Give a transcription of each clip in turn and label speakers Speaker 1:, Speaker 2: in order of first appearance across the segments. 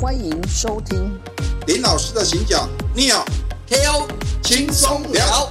Speaker 1: 欢迎收听。
Speaker 2: 林老师的行脚 n e
Speaker 3: KO
Speaker 2: 轻松聊。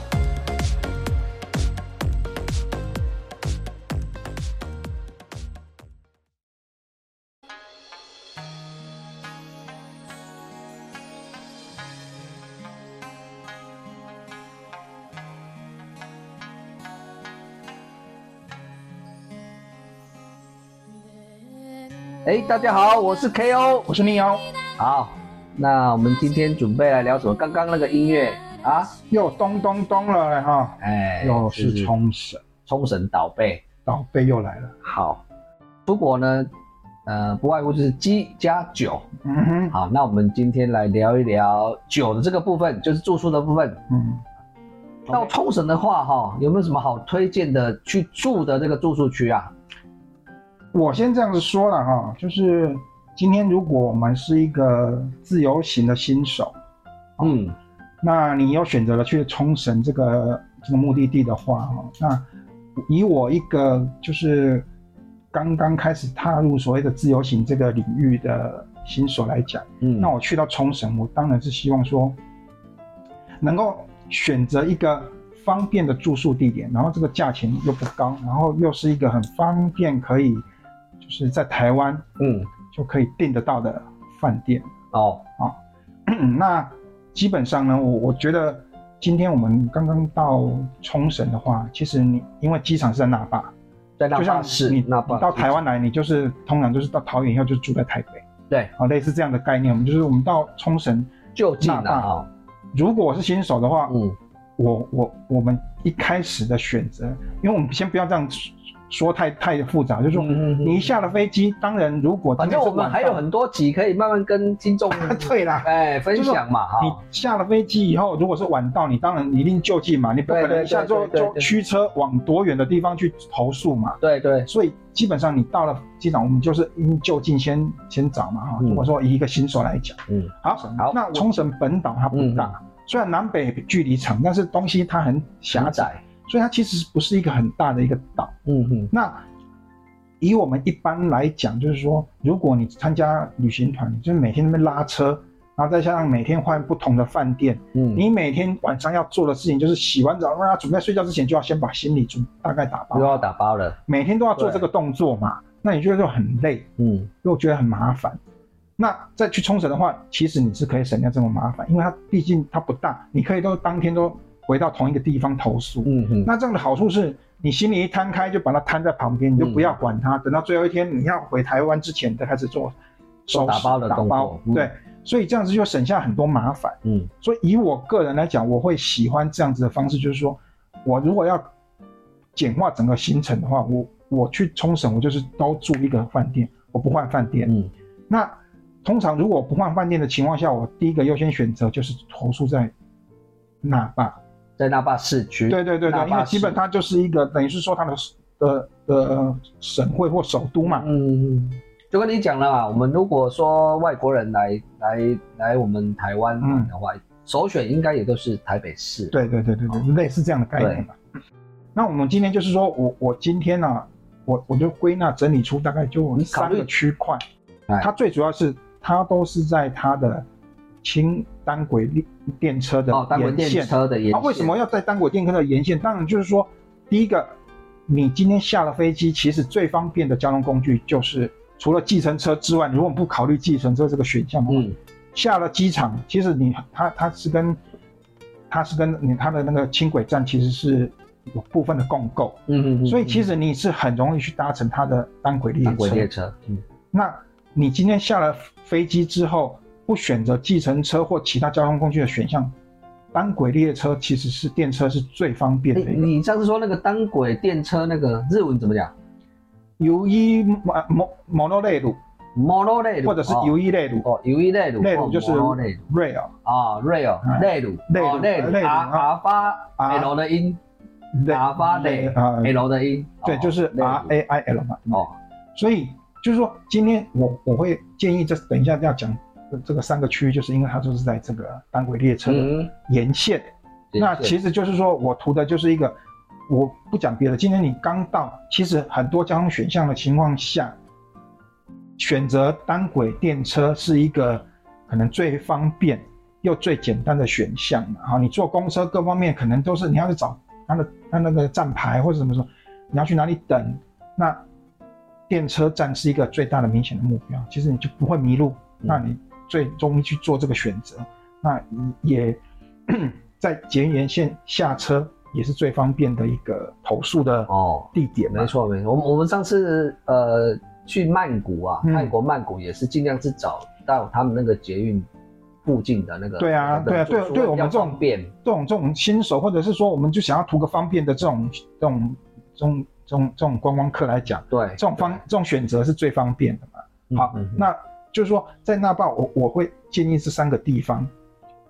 Speaker 1: 哎，大家好，我是 KO，
Speaker 4: 我是宁瑶，
Speaker 1: 好，那我们今天准备来聊什么？刚刚那个音乐啊，
Speaker 4: 又咚咚咚了哈，
Speaker 1: 哎，
Speaker 4: 又哦是冲绳，
Speaker 1: 冲绳岛背。
Speaker 4: 倒背又来了。
Speaker 1: 好，出国呢，呃，不外乎就是鸡加酒。
Speaker 4: 嗯哼，
Speaker 1: 好，那我们今天来聊一聊酒的这个部分，就是住宿的部分。
Speaker 4: 嗯，
Speaker 1: 到冲绳的话，哈，有没有什么好推荐的去住的这个住宿区啊？
Speaker 4: 我先这样子说了哈，就是今天如果我们是一个自由行的新手，
Speaker 1: 嗯，
Speaker 4: 那你又选择了去冲绳这个这个目的地的话，哈，那以我一个就是刚刚开始踏入所谓的自由行这个领域的新手来讲，
Speaker 1: 嗯
Speaker 4: 那我去到冲绳，我当然是希望说，能够选择一个方便的住宿地点，然后这个价钱又不高，然后又是一个很方便可以，就是在台湾
Speaker 1: 嗯
Speaker 4: 就可以订得到的饭店。
Speaker 1: 哦，
Speaker 4: 那基本上呢，我我觉得今天我们刚刚到冲绳的话，其实你因为机场是在那霸，
Speaker 1: 在
Speaker 4: 就
Speaker 1: 那霸
Speaker 4: 像
Speaker 1: 市，
Speaker 4: 你
Speaker 1: 那霸
Speaker 4: 你到
Speaker 1: 市
Speaker 4: 台湾来，你就是通常就是到桃园以后就住在台北，
Speaker 1: 对
Speaker 4: 啊，类似这样的概念。我们就是我们到冲绳。
Speaker 1: 就近
Speaker 4: 那
Speaker 1: 了
Speaker 4: 霸
Speaker 1: 哈。
Speaker 4: 如果我是新手的话，
Speaker 1: 嗯
Speaker 4: 我我我们一开始的选择，因为我们先不要这样说说太太复杂，就是说
Speaker 1: 嗯嗯嗯
Speaker 4: 你一下了飞机，当然如果
Speaker 1: 反
Speaker 4: 今
Speaker 1: 正
Speaker 4: 天是
Speaker 1: 我们
Speaker 4: 晚
Speaker 1: 还有
Speaker 4: 到
Speaker 1: 很多集可以慢慢跟听众
Speaker 4: 对啦。
Speaker 1: 哎分享嘛
Speaker 4: 你
Speaker 1: 哈。
Speaker 4: 下了飞机以后，如果是晚到，你当然一定就近嘛，你不可
Speaker 1: 对
Speaker 4: 能
Speaker 1: 对
Speaker 4: 一下就
Speaker 1: 对对对
Speaker 4: 就
Speaker 1: 对
Speaker 4: 驱车往多远的地方去投诉嘛。
Speaker 1: 对对，
Speaker 4: 所以基本上你到了机场，我们就是应就近先先找嘛哈。
Speaker 1: 嗯
Speaker 4: 如果说以一个新手来讲，
Speaker 1: 嗯
Speaker 4: 好，
Speaker 1: 好
Speaker 4: 那冲绳本岛它不大，虽然南北距离长，但是东西它很狭
Speaker 1: 狭
Speaker 4: 窄。
Speaker 1: 窄。
Speaker 4: 所以它其实不是一个很大的一个岛。
Speaker 1: 嗯嗯
Speaker 4: 那以我们一般来讲，就是说，如果你参加旅行团，你就是每天那边拉车，然后再加上每天换不同的饭店，
Speaker 1: 嗯，
Speaker 4: 你每天晚上要做的事情就是洗完澡，让他准备睡觉之前就要先把行李准大概打包，
Speaker 1: 又要打包了。
Speaker 4: 每天都要做这个动作嘛，那你觉得就很累，
Speaker 1: 嗯。
Speaker 4: 又觉得很麻烦。那再去冲绳的话，其实你是可以省掉这种麻烦，因为它毕竟它不大，你可以都当天都回到同一个地方投诉。
Speaker 1: 嗯嗯，
Speaker 4: 那这样的好处是你心里一摊开，就把它摊在旁
Speaker 1: 嗯
Speaker 4: 边，你就不要管它。等到最后一天你要回台湾之前，再开始做收拾
Speaker 1: 打包的
Speaker 4: 打
Speaker 1: 动作
Speaker 4: 包。
Speaker 1: 嗯
Speaker 4: 对，所以这样子就省下很多麻烦。
Speaker 1: 嗯
Speaker 4: 所以以我个人来讲，我会喜欢这样子的方式，就是说我如果要简化整个行程的话，我我去冲绳，我就是都住一个饭店，我不换饭店。
Speaker 1: 嗯，
Speaker 4: 那通常如果不换饭店的情况下，我第一个优先选择就是投宿在那霸。
Speaker 1: 在那霸市区。
Speaker 4: 对对对
Speaker 1: 那
Speaker 4: 对，因
Speaker 1: 霸
Speaker 4: 为
Speaker 1: 市
Speaker 4: 基本它就是一个等于是说它的的的省会或首都嘛。
Speaker 1: 嗯，嗯嗯就跟你讲了嘛，我们如果说外国人来来来我们台湾玩的话，首选应该也都是台北市。，
Speaker 4: 嗯对对对对
Speaker 1: 哦
Speaker 4: 对，类似这样的概念吧。那我们今天就是说我我今天呢、我我就归纳整理出大概就
Speaker 1: 你考
Speaker 4: 三
Speaker 1: 虑
Speaker 4: 个区块
Speaker 1: 哎，
Speaker 4: 它最主要是它都是在它的轻单轨列电车的
Speaker 1: 哦，单轨
Speaker 4: 沿
Speaker 1: 电
Speaker 4: 线。
Speaker 1: 车的沿
Speaker 4: 它
Speaker 1: 线。
Speaker 4: 为什么要在单轨电车的沿线？当然就是说，第一个，你今天下了飞机，其实最方便的交通工具就是除了计程车之外，如果我们不考虑计程车这个选项的话，
Speaker 1: 嗯
Speaker 4: 下了机场，其实你它它是跟它是跟你它的那个轻轨站其实是有部分的共构，
Speaker 1: 嗯嗯，
Speaker 4: 所以其
Speaker 1: 实
Speaker 4: 实你是很容易去搭乘它的单轨列
Speaker 1: 单轨列
Speaker 4: 车。
Speaker 1: 车。嗯
Speaker 4: 那你今天下了飞机之后，不选择计程车或其他交通工具的选项，单轨列车其实是电车是最方便的
Speaker 1: 你
Speaker 4: 一个。
Speaker 1: 哎你上次说那个单轨电车那个日文怎么讲
Speaker 4: 由一呃某某某类路，
Speaker 1: ？monorail
Speaker 4: 或者是由一类路，
Speaker 1: 哦，由一类路，
Speaker 4: 类路就是
Speaker 1: monorail
Speaker 4: rail
Speaker 1: 啊，rail
Speaker 4: 哎
Speaker 1: 类路
Speaker 4: 类
Speaker 1: 哦
Speaker 4: 路类
Speaker 1: 类路
Speaker 4: 路
Speaker 1: 阿
Speaker 4: 啊
Speaker 1: 阿发 L 的音阿发的
Speaker 4: 啊，
Speaker 1: L 的音，
Speaker 4: 对，
Speaker 1: 哦
Speaker 4: 就是 R A
Speaker 1: 类
Speaker 4: I L 嘛。
Speaker 1: 路哦，
Speaker 4: 所以就是说，今天我我会建议这等一下要讲的这个三个区域，就是因为它就是在这个单轨列车的
Speaker 1: 嗯，
Speaker 4: 沿线。那
Speaker 1: 对
Speaker 4: 其实就是说我图的就是一个，我不讲别的，今天你刚到，其实很多交通选项的情况下，
Speaker 5: 选择单轨电车是一个可能最方便又最简单的选项嘛。啊，你坐公车各方面可能都是你要去找它的它那个站牌或者什么什么，你要去哪里等，那电车站是一个最大的明显的目标，其实你就不会迷路。
Speaker 1: 嗯
Speaker 5: 那你最终去做这个选择，那也 在捷运沿线下车也是最方便的一个投诉的
Speaker 1: 哦，
Speaker 5: 地点嘛
Speaker 1: 没。错没错。我们我们上次呃去曼谷啊，
Speaker 5: 嗯
Speaker 1: 泰国曼谷也是尽量是找到他们那个捷运附近的那个
Speaker 5: 对啊
Speaker 1: 那个
Speaker 5: 对啊
Speaker 1: 住
Speaker 5: 对
Speaker 1: 宿
Speaker 5: 对我们
Speaker 1: 要
Speaker 5: 这种
Speaker 1: 方便
Speaker 5: 这种这种新手，或者是说我们就想要图个方便的这种这种这种这种这种观光客来讲，
Speaker 1: 对
Speaker 5: 这种方这种选择是最方便的嘛。
Speaker 1: 对
Speaker 5: 好
Speaker 1: 嗯嗯，嗯
Speaker 5: 那就是说在那霸，我我会建议这三个地方，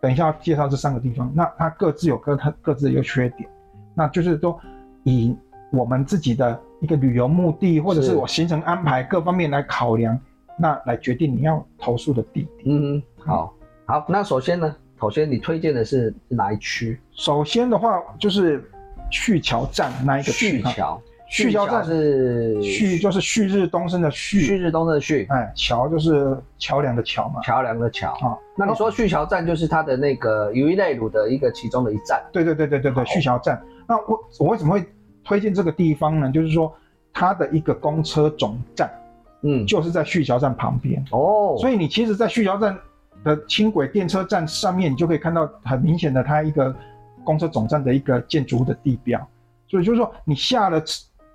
Speaker 5: 等一下要介绍这三个地方，那它各自有各它各自有缺点，那就是说以我们自己的一个旅游目的，或者是
Speaker 1: 是
Speaker 5: 我行程安排各方面来考量，那来决定你要投诉的地点。
Speaker 1: 嗯嗯好好。那首先呢，首先你推荐的是是哪一区？
Speaker 5: 首先的话就是旭桥站那一个
Speaker 1: 旭
Speaker 5: 区哈啊
Speaker 1: 桥，
Speaker 5: 旭桥站
Speaker 1: 是
Speaker 5: 旭就是旭日东升的
Speaker 1: 旭
Speaker 5: 旭，
Speaker 1: 日东的旭，
Speaker 5: 哎，桥就是桥梁的桥嘛。
Speaker 1: 桥梁的桥。
Speaker 5: 啊，
Speaker 1: 那你说旭桥站就是它的那个鱼内鲁的一个其中的一站，
Speaker 5: 对对对对对
Speaker 1: 好
Speaker 5: 对，旭桥站。那我我为什么会推荐这个地方呢？就是说它的一个公车总站
Speaker 1: 嗯，
Speaker 5: 就是在旭桥站旁边，
Speaker 1: 哦，
Speaker 5: 所
Speaker 1: 以
Speaker 5: 以你其实，在旭桥站的轻轨电车站上面，你就可以看到很明显的它一个公车总站的一个建筑物的地标。所以就是说，你下了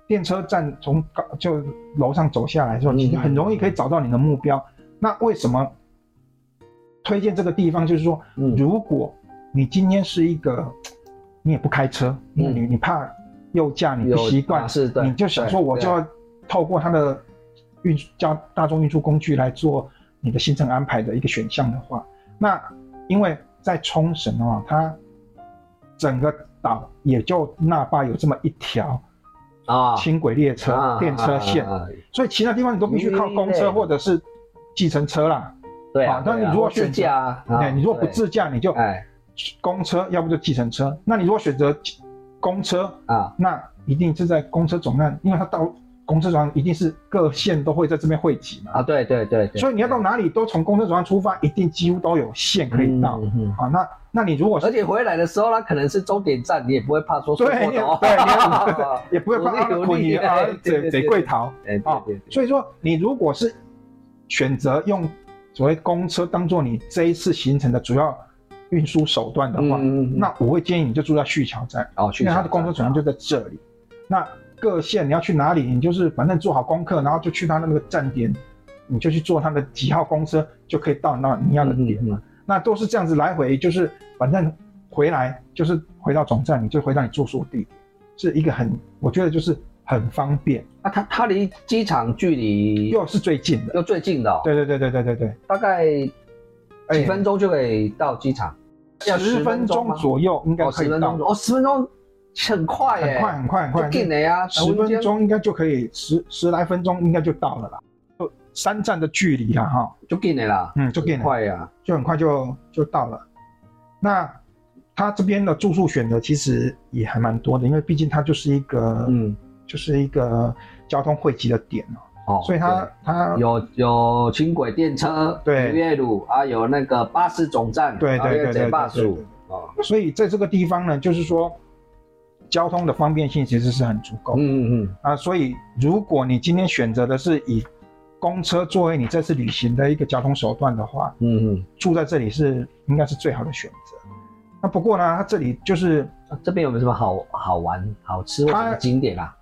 Speaker 5: 电车站，从高就楼上走下来的时候，
Speaker 1: 嗯
Speaker 5: 你很容易可以找到你的目标。那为什么推荐这个地方？就是说，
Speaker 1: 嗯
Speaker 5: 如果你今天是一个你也不开车，因为
Speaker 1: 嗯
Speaker 5: 你你怕右驾你不
Speaker 1: 有
Speaker 5: 习惯
Speaker 1: 啊，是对
Speaker 5: 你就想说
Speaker 1: 对
Speaker 5: 我就要透过它的运交大众运输工具来做你的行程安排的一个选项的话，那因为在冲绳的话，它整个岛也就那霸有这么一条
Speaker 1: 啊
Speaker 5: 轻轨列车、
Speaker 1: 啊
Speaker 5: 电车线，
Speaker 1: 啊啊啊啊
Speaker 5: 所以其他地方你都必须靠公车
Speaker 1: 嗯
Speaker 5: 或者是计程车啦。
Speaker 1: 对啊
Speaker 5: 啊，但
Speaker 1: 对啊
Speaker 5: 你如
Speaker 1: 或
Speaker 5: 果
Speaker 1: 自
Speaker 5: 选择
Speaker 1: 驾啊，
Speaker 5: 哎、
Speaker 1: 啊
Speaker 5: 你如果不
Speaker 1: 对
Speaker 5: 自驾，你就
Speaker 1: 哎
Speaker 5: 公车，要不就计程车。那你如果选择公车，
Speaker 1: 啊，
Speaker 5: 那一定是在公车总站，因为它到公车总站一定是各线都会在这边汇集嘛。
Speaker 1: 啊，对对对对，
Speaker 5: 所以你要到哪里都从公车总站出发，一定几乎都有线可以到。
Speaker 1: 嗯嗯嗯
Speaker 5: 啊，那那你如果
Speaker 1: 而
Speaker 5: 是
Speaker 1: 且回来的时候，它可能是终点站，你也不会怕说
Speaker 5: 对
Speaker 1: 错
Speaker 5: 你也
Speaker 1: 过头
Speaker 5: 对你也 也不会
Speaker 1: 有
Speaker 5: 怕
Speaker 1: 利有利
Speaker 5: 捆你啊
Speaker 1: 哎对，对
Speaker 5: 贼
Speaker 1: 对
Speaker 5: 贼
Speaker 1: 对
Speaker 5: 贵逃。
Speaker 1: 哎，对对对，
Speaker 5: 哦所以说，你如果是选择用所谓公车当做你这一次行程的主要运输手段的话，
Speaker 1: 嗯
Speaker 5: 那我会建议你就住在旭桥站。
Speaker 1: 哦，去
Speaker 5: 因为它
Speaker 1: 小
Speaker 5: 的公车
Speaker 1: 站
Speaker 5: 总站就在这里。那各线你要去哪里，你就是反正做好功课，然后就去它那个站点，你就去坐它的几号公车，就可以到那你要的点
Speaker 1: 嗯
Speaker 5: 嘛。
Speaker 1: 嗯
Speaker 5: 那都是这样子来回，就是反正回来就是回到总站，你就回到你住宿地点，是一个很我觉得就是很方便，
Speaker 1: 那嗯啊它它离机场距离
Speaker 5: 又是最近的。
Speaker 1: 又最近的哦，
Speaker 5: 对对对对对对对，
Speaker 1: 大概
Speaker 5: 哎
Speaker 1: 几分钟就可以到机场，要
Speaker 5: 十分钟
Speaker 1: 吗
Speaker 5: 左右应该
Speaker 1: 哦，
Speaker 5: 可
Speaker 1: 十
Speaker 5: 以
Speaker 1: 分
Speaker 5: 到
Speaker 1: 钟，哦，十分钟很快耶，
Speaker 5: 很快很快很快
Speaker 1: 就，近了呀，
Speaker 5: 十分钟应该就可以十十来分钟应该就到了啦，就三站的距离啦哈，
Speaker 1: 就近了啦，
Speaker 5: 嗯，就变了。
Speaker 1: 快呀，
Speaker 5: 就很快就就到了。那他这边的住宿选择其实也还蛮多的，因为毕竟它就是一个，
Speaker 1: 嗯，
Speaker 5: 就是一个交通汇集的点哦，
Speaker 1: 哦，
Speaker 5: 所以它它
Speaker 1: 对有有轻轨电车，有
Speaker 5: 对
Speaker 1: 岳鲁啊，有那个巴士总站，
Speaker 5: 对对
Speaker 1: 啊有
Speaker 5: 对对
Speaker 1: 贼
Speaker 5: 对
Speaker 1: 霸
Speaker 5: 对对
Speaker 1: 署
Speaker 5: 对，
Speaker 1: 哦，
Speaker 5: 所以在这个地方呢，就是说交通的方便性其实是很足够、
Speaker 1: 嗯嗯嗯，
Speaker 5: 啊。所以如果你今天选择的是以公车作为你这次旅行的一个交通手段的话，
Speaker 1: 嗯嗯
Speaker 5: 住在这里是应该是最好的选择。那不过呢，它这里就是
Speaker 1: 啊，这边有没有什么好好玩、好吃或者
Speaker 5: 它
Speaker 1: 什么景点啊？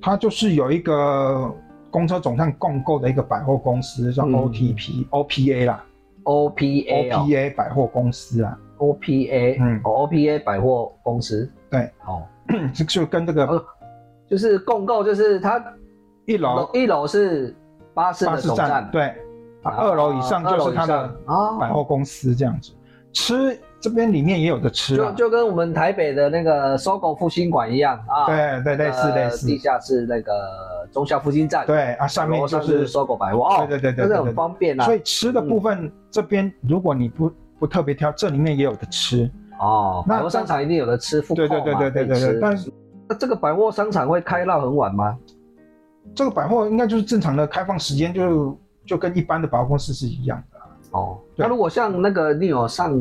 Speaker 5: 它就是有一个公车总站共购的一个百货公司，叫
Speaker 1: 嗯
Speaker 5: OTP、OPA 啦
Speaker 1: OPA 哦
Speaker 5: OPA 百货公司啊，
Speaker 1: OPA，
Speaker 5: 嗯
Speaker 1: 哦 OPA 百货公司，
Speaker 5: 对，
Speaker 1: 哦，
Speaker 5: 就嗯就跟这个
Speaker 1: 哦，就是共购，就是它
Speaker 5: 一楼
Speaker 1: 一楼是巴士
Speaker 5: 巴
Speaker 1: 的
Speaker 5: 士
Speaker 1: 总
Speaker 5: 站，对，啊
Speaker 1: 啊
Speaker 5: 二楼以上
Speaker 1: 二
Speaker 5: 就
Speaker 1: 楼
Speaker 5: 是
Speaker 1: 以
Speaker 5: 它的
Speaker 1: 上啊
Speaker 5: 百货公司这样子。吃这边里面也有的吃
Speaker 1: 就
Speaker 5: 啊，
Speaker 1: 就跟我们台北的那个搜狗复兴馆一样啊，
Speaker 5: 对对，类似
Speaker 1: 呃
Speaker 5: 类
Speaker 1: 地
Speaker 5: 似，
Speaker 1: 下室那个中校复兴站，，
Speaker 5: 对啊，上面
Speaker 1: 楼
Speaker 5: 就
Speaker 1: 上
Speaker 5: 是
Speaker 1: 搜狗百货，哦，
Speaker 5: 对对对对
Speaker 1: 真的
Speaker 5: 对
Speaker 1: 很
Speaker 5: 对
Speaker 1: 方便啊。
Speaker 5: 所以吃的部分这边如果你不不特别挑，这里面也有的吃，
Speaker 1: 哦，
Speaker 5: 那
Speaker 1: 百货商场一定有的吃，复
Speaker 5: 对对对对对对对，但是。
Speaker 1: 那这个百货商场会开到很晚吗？
Speaker 5: 这个百货应该就是正常的开放时间，就是就跟一般的保险公司是一样的。
Speaker 1: 哦，
Speaker 5: 对
Speaker 1: 那如果像那个你有上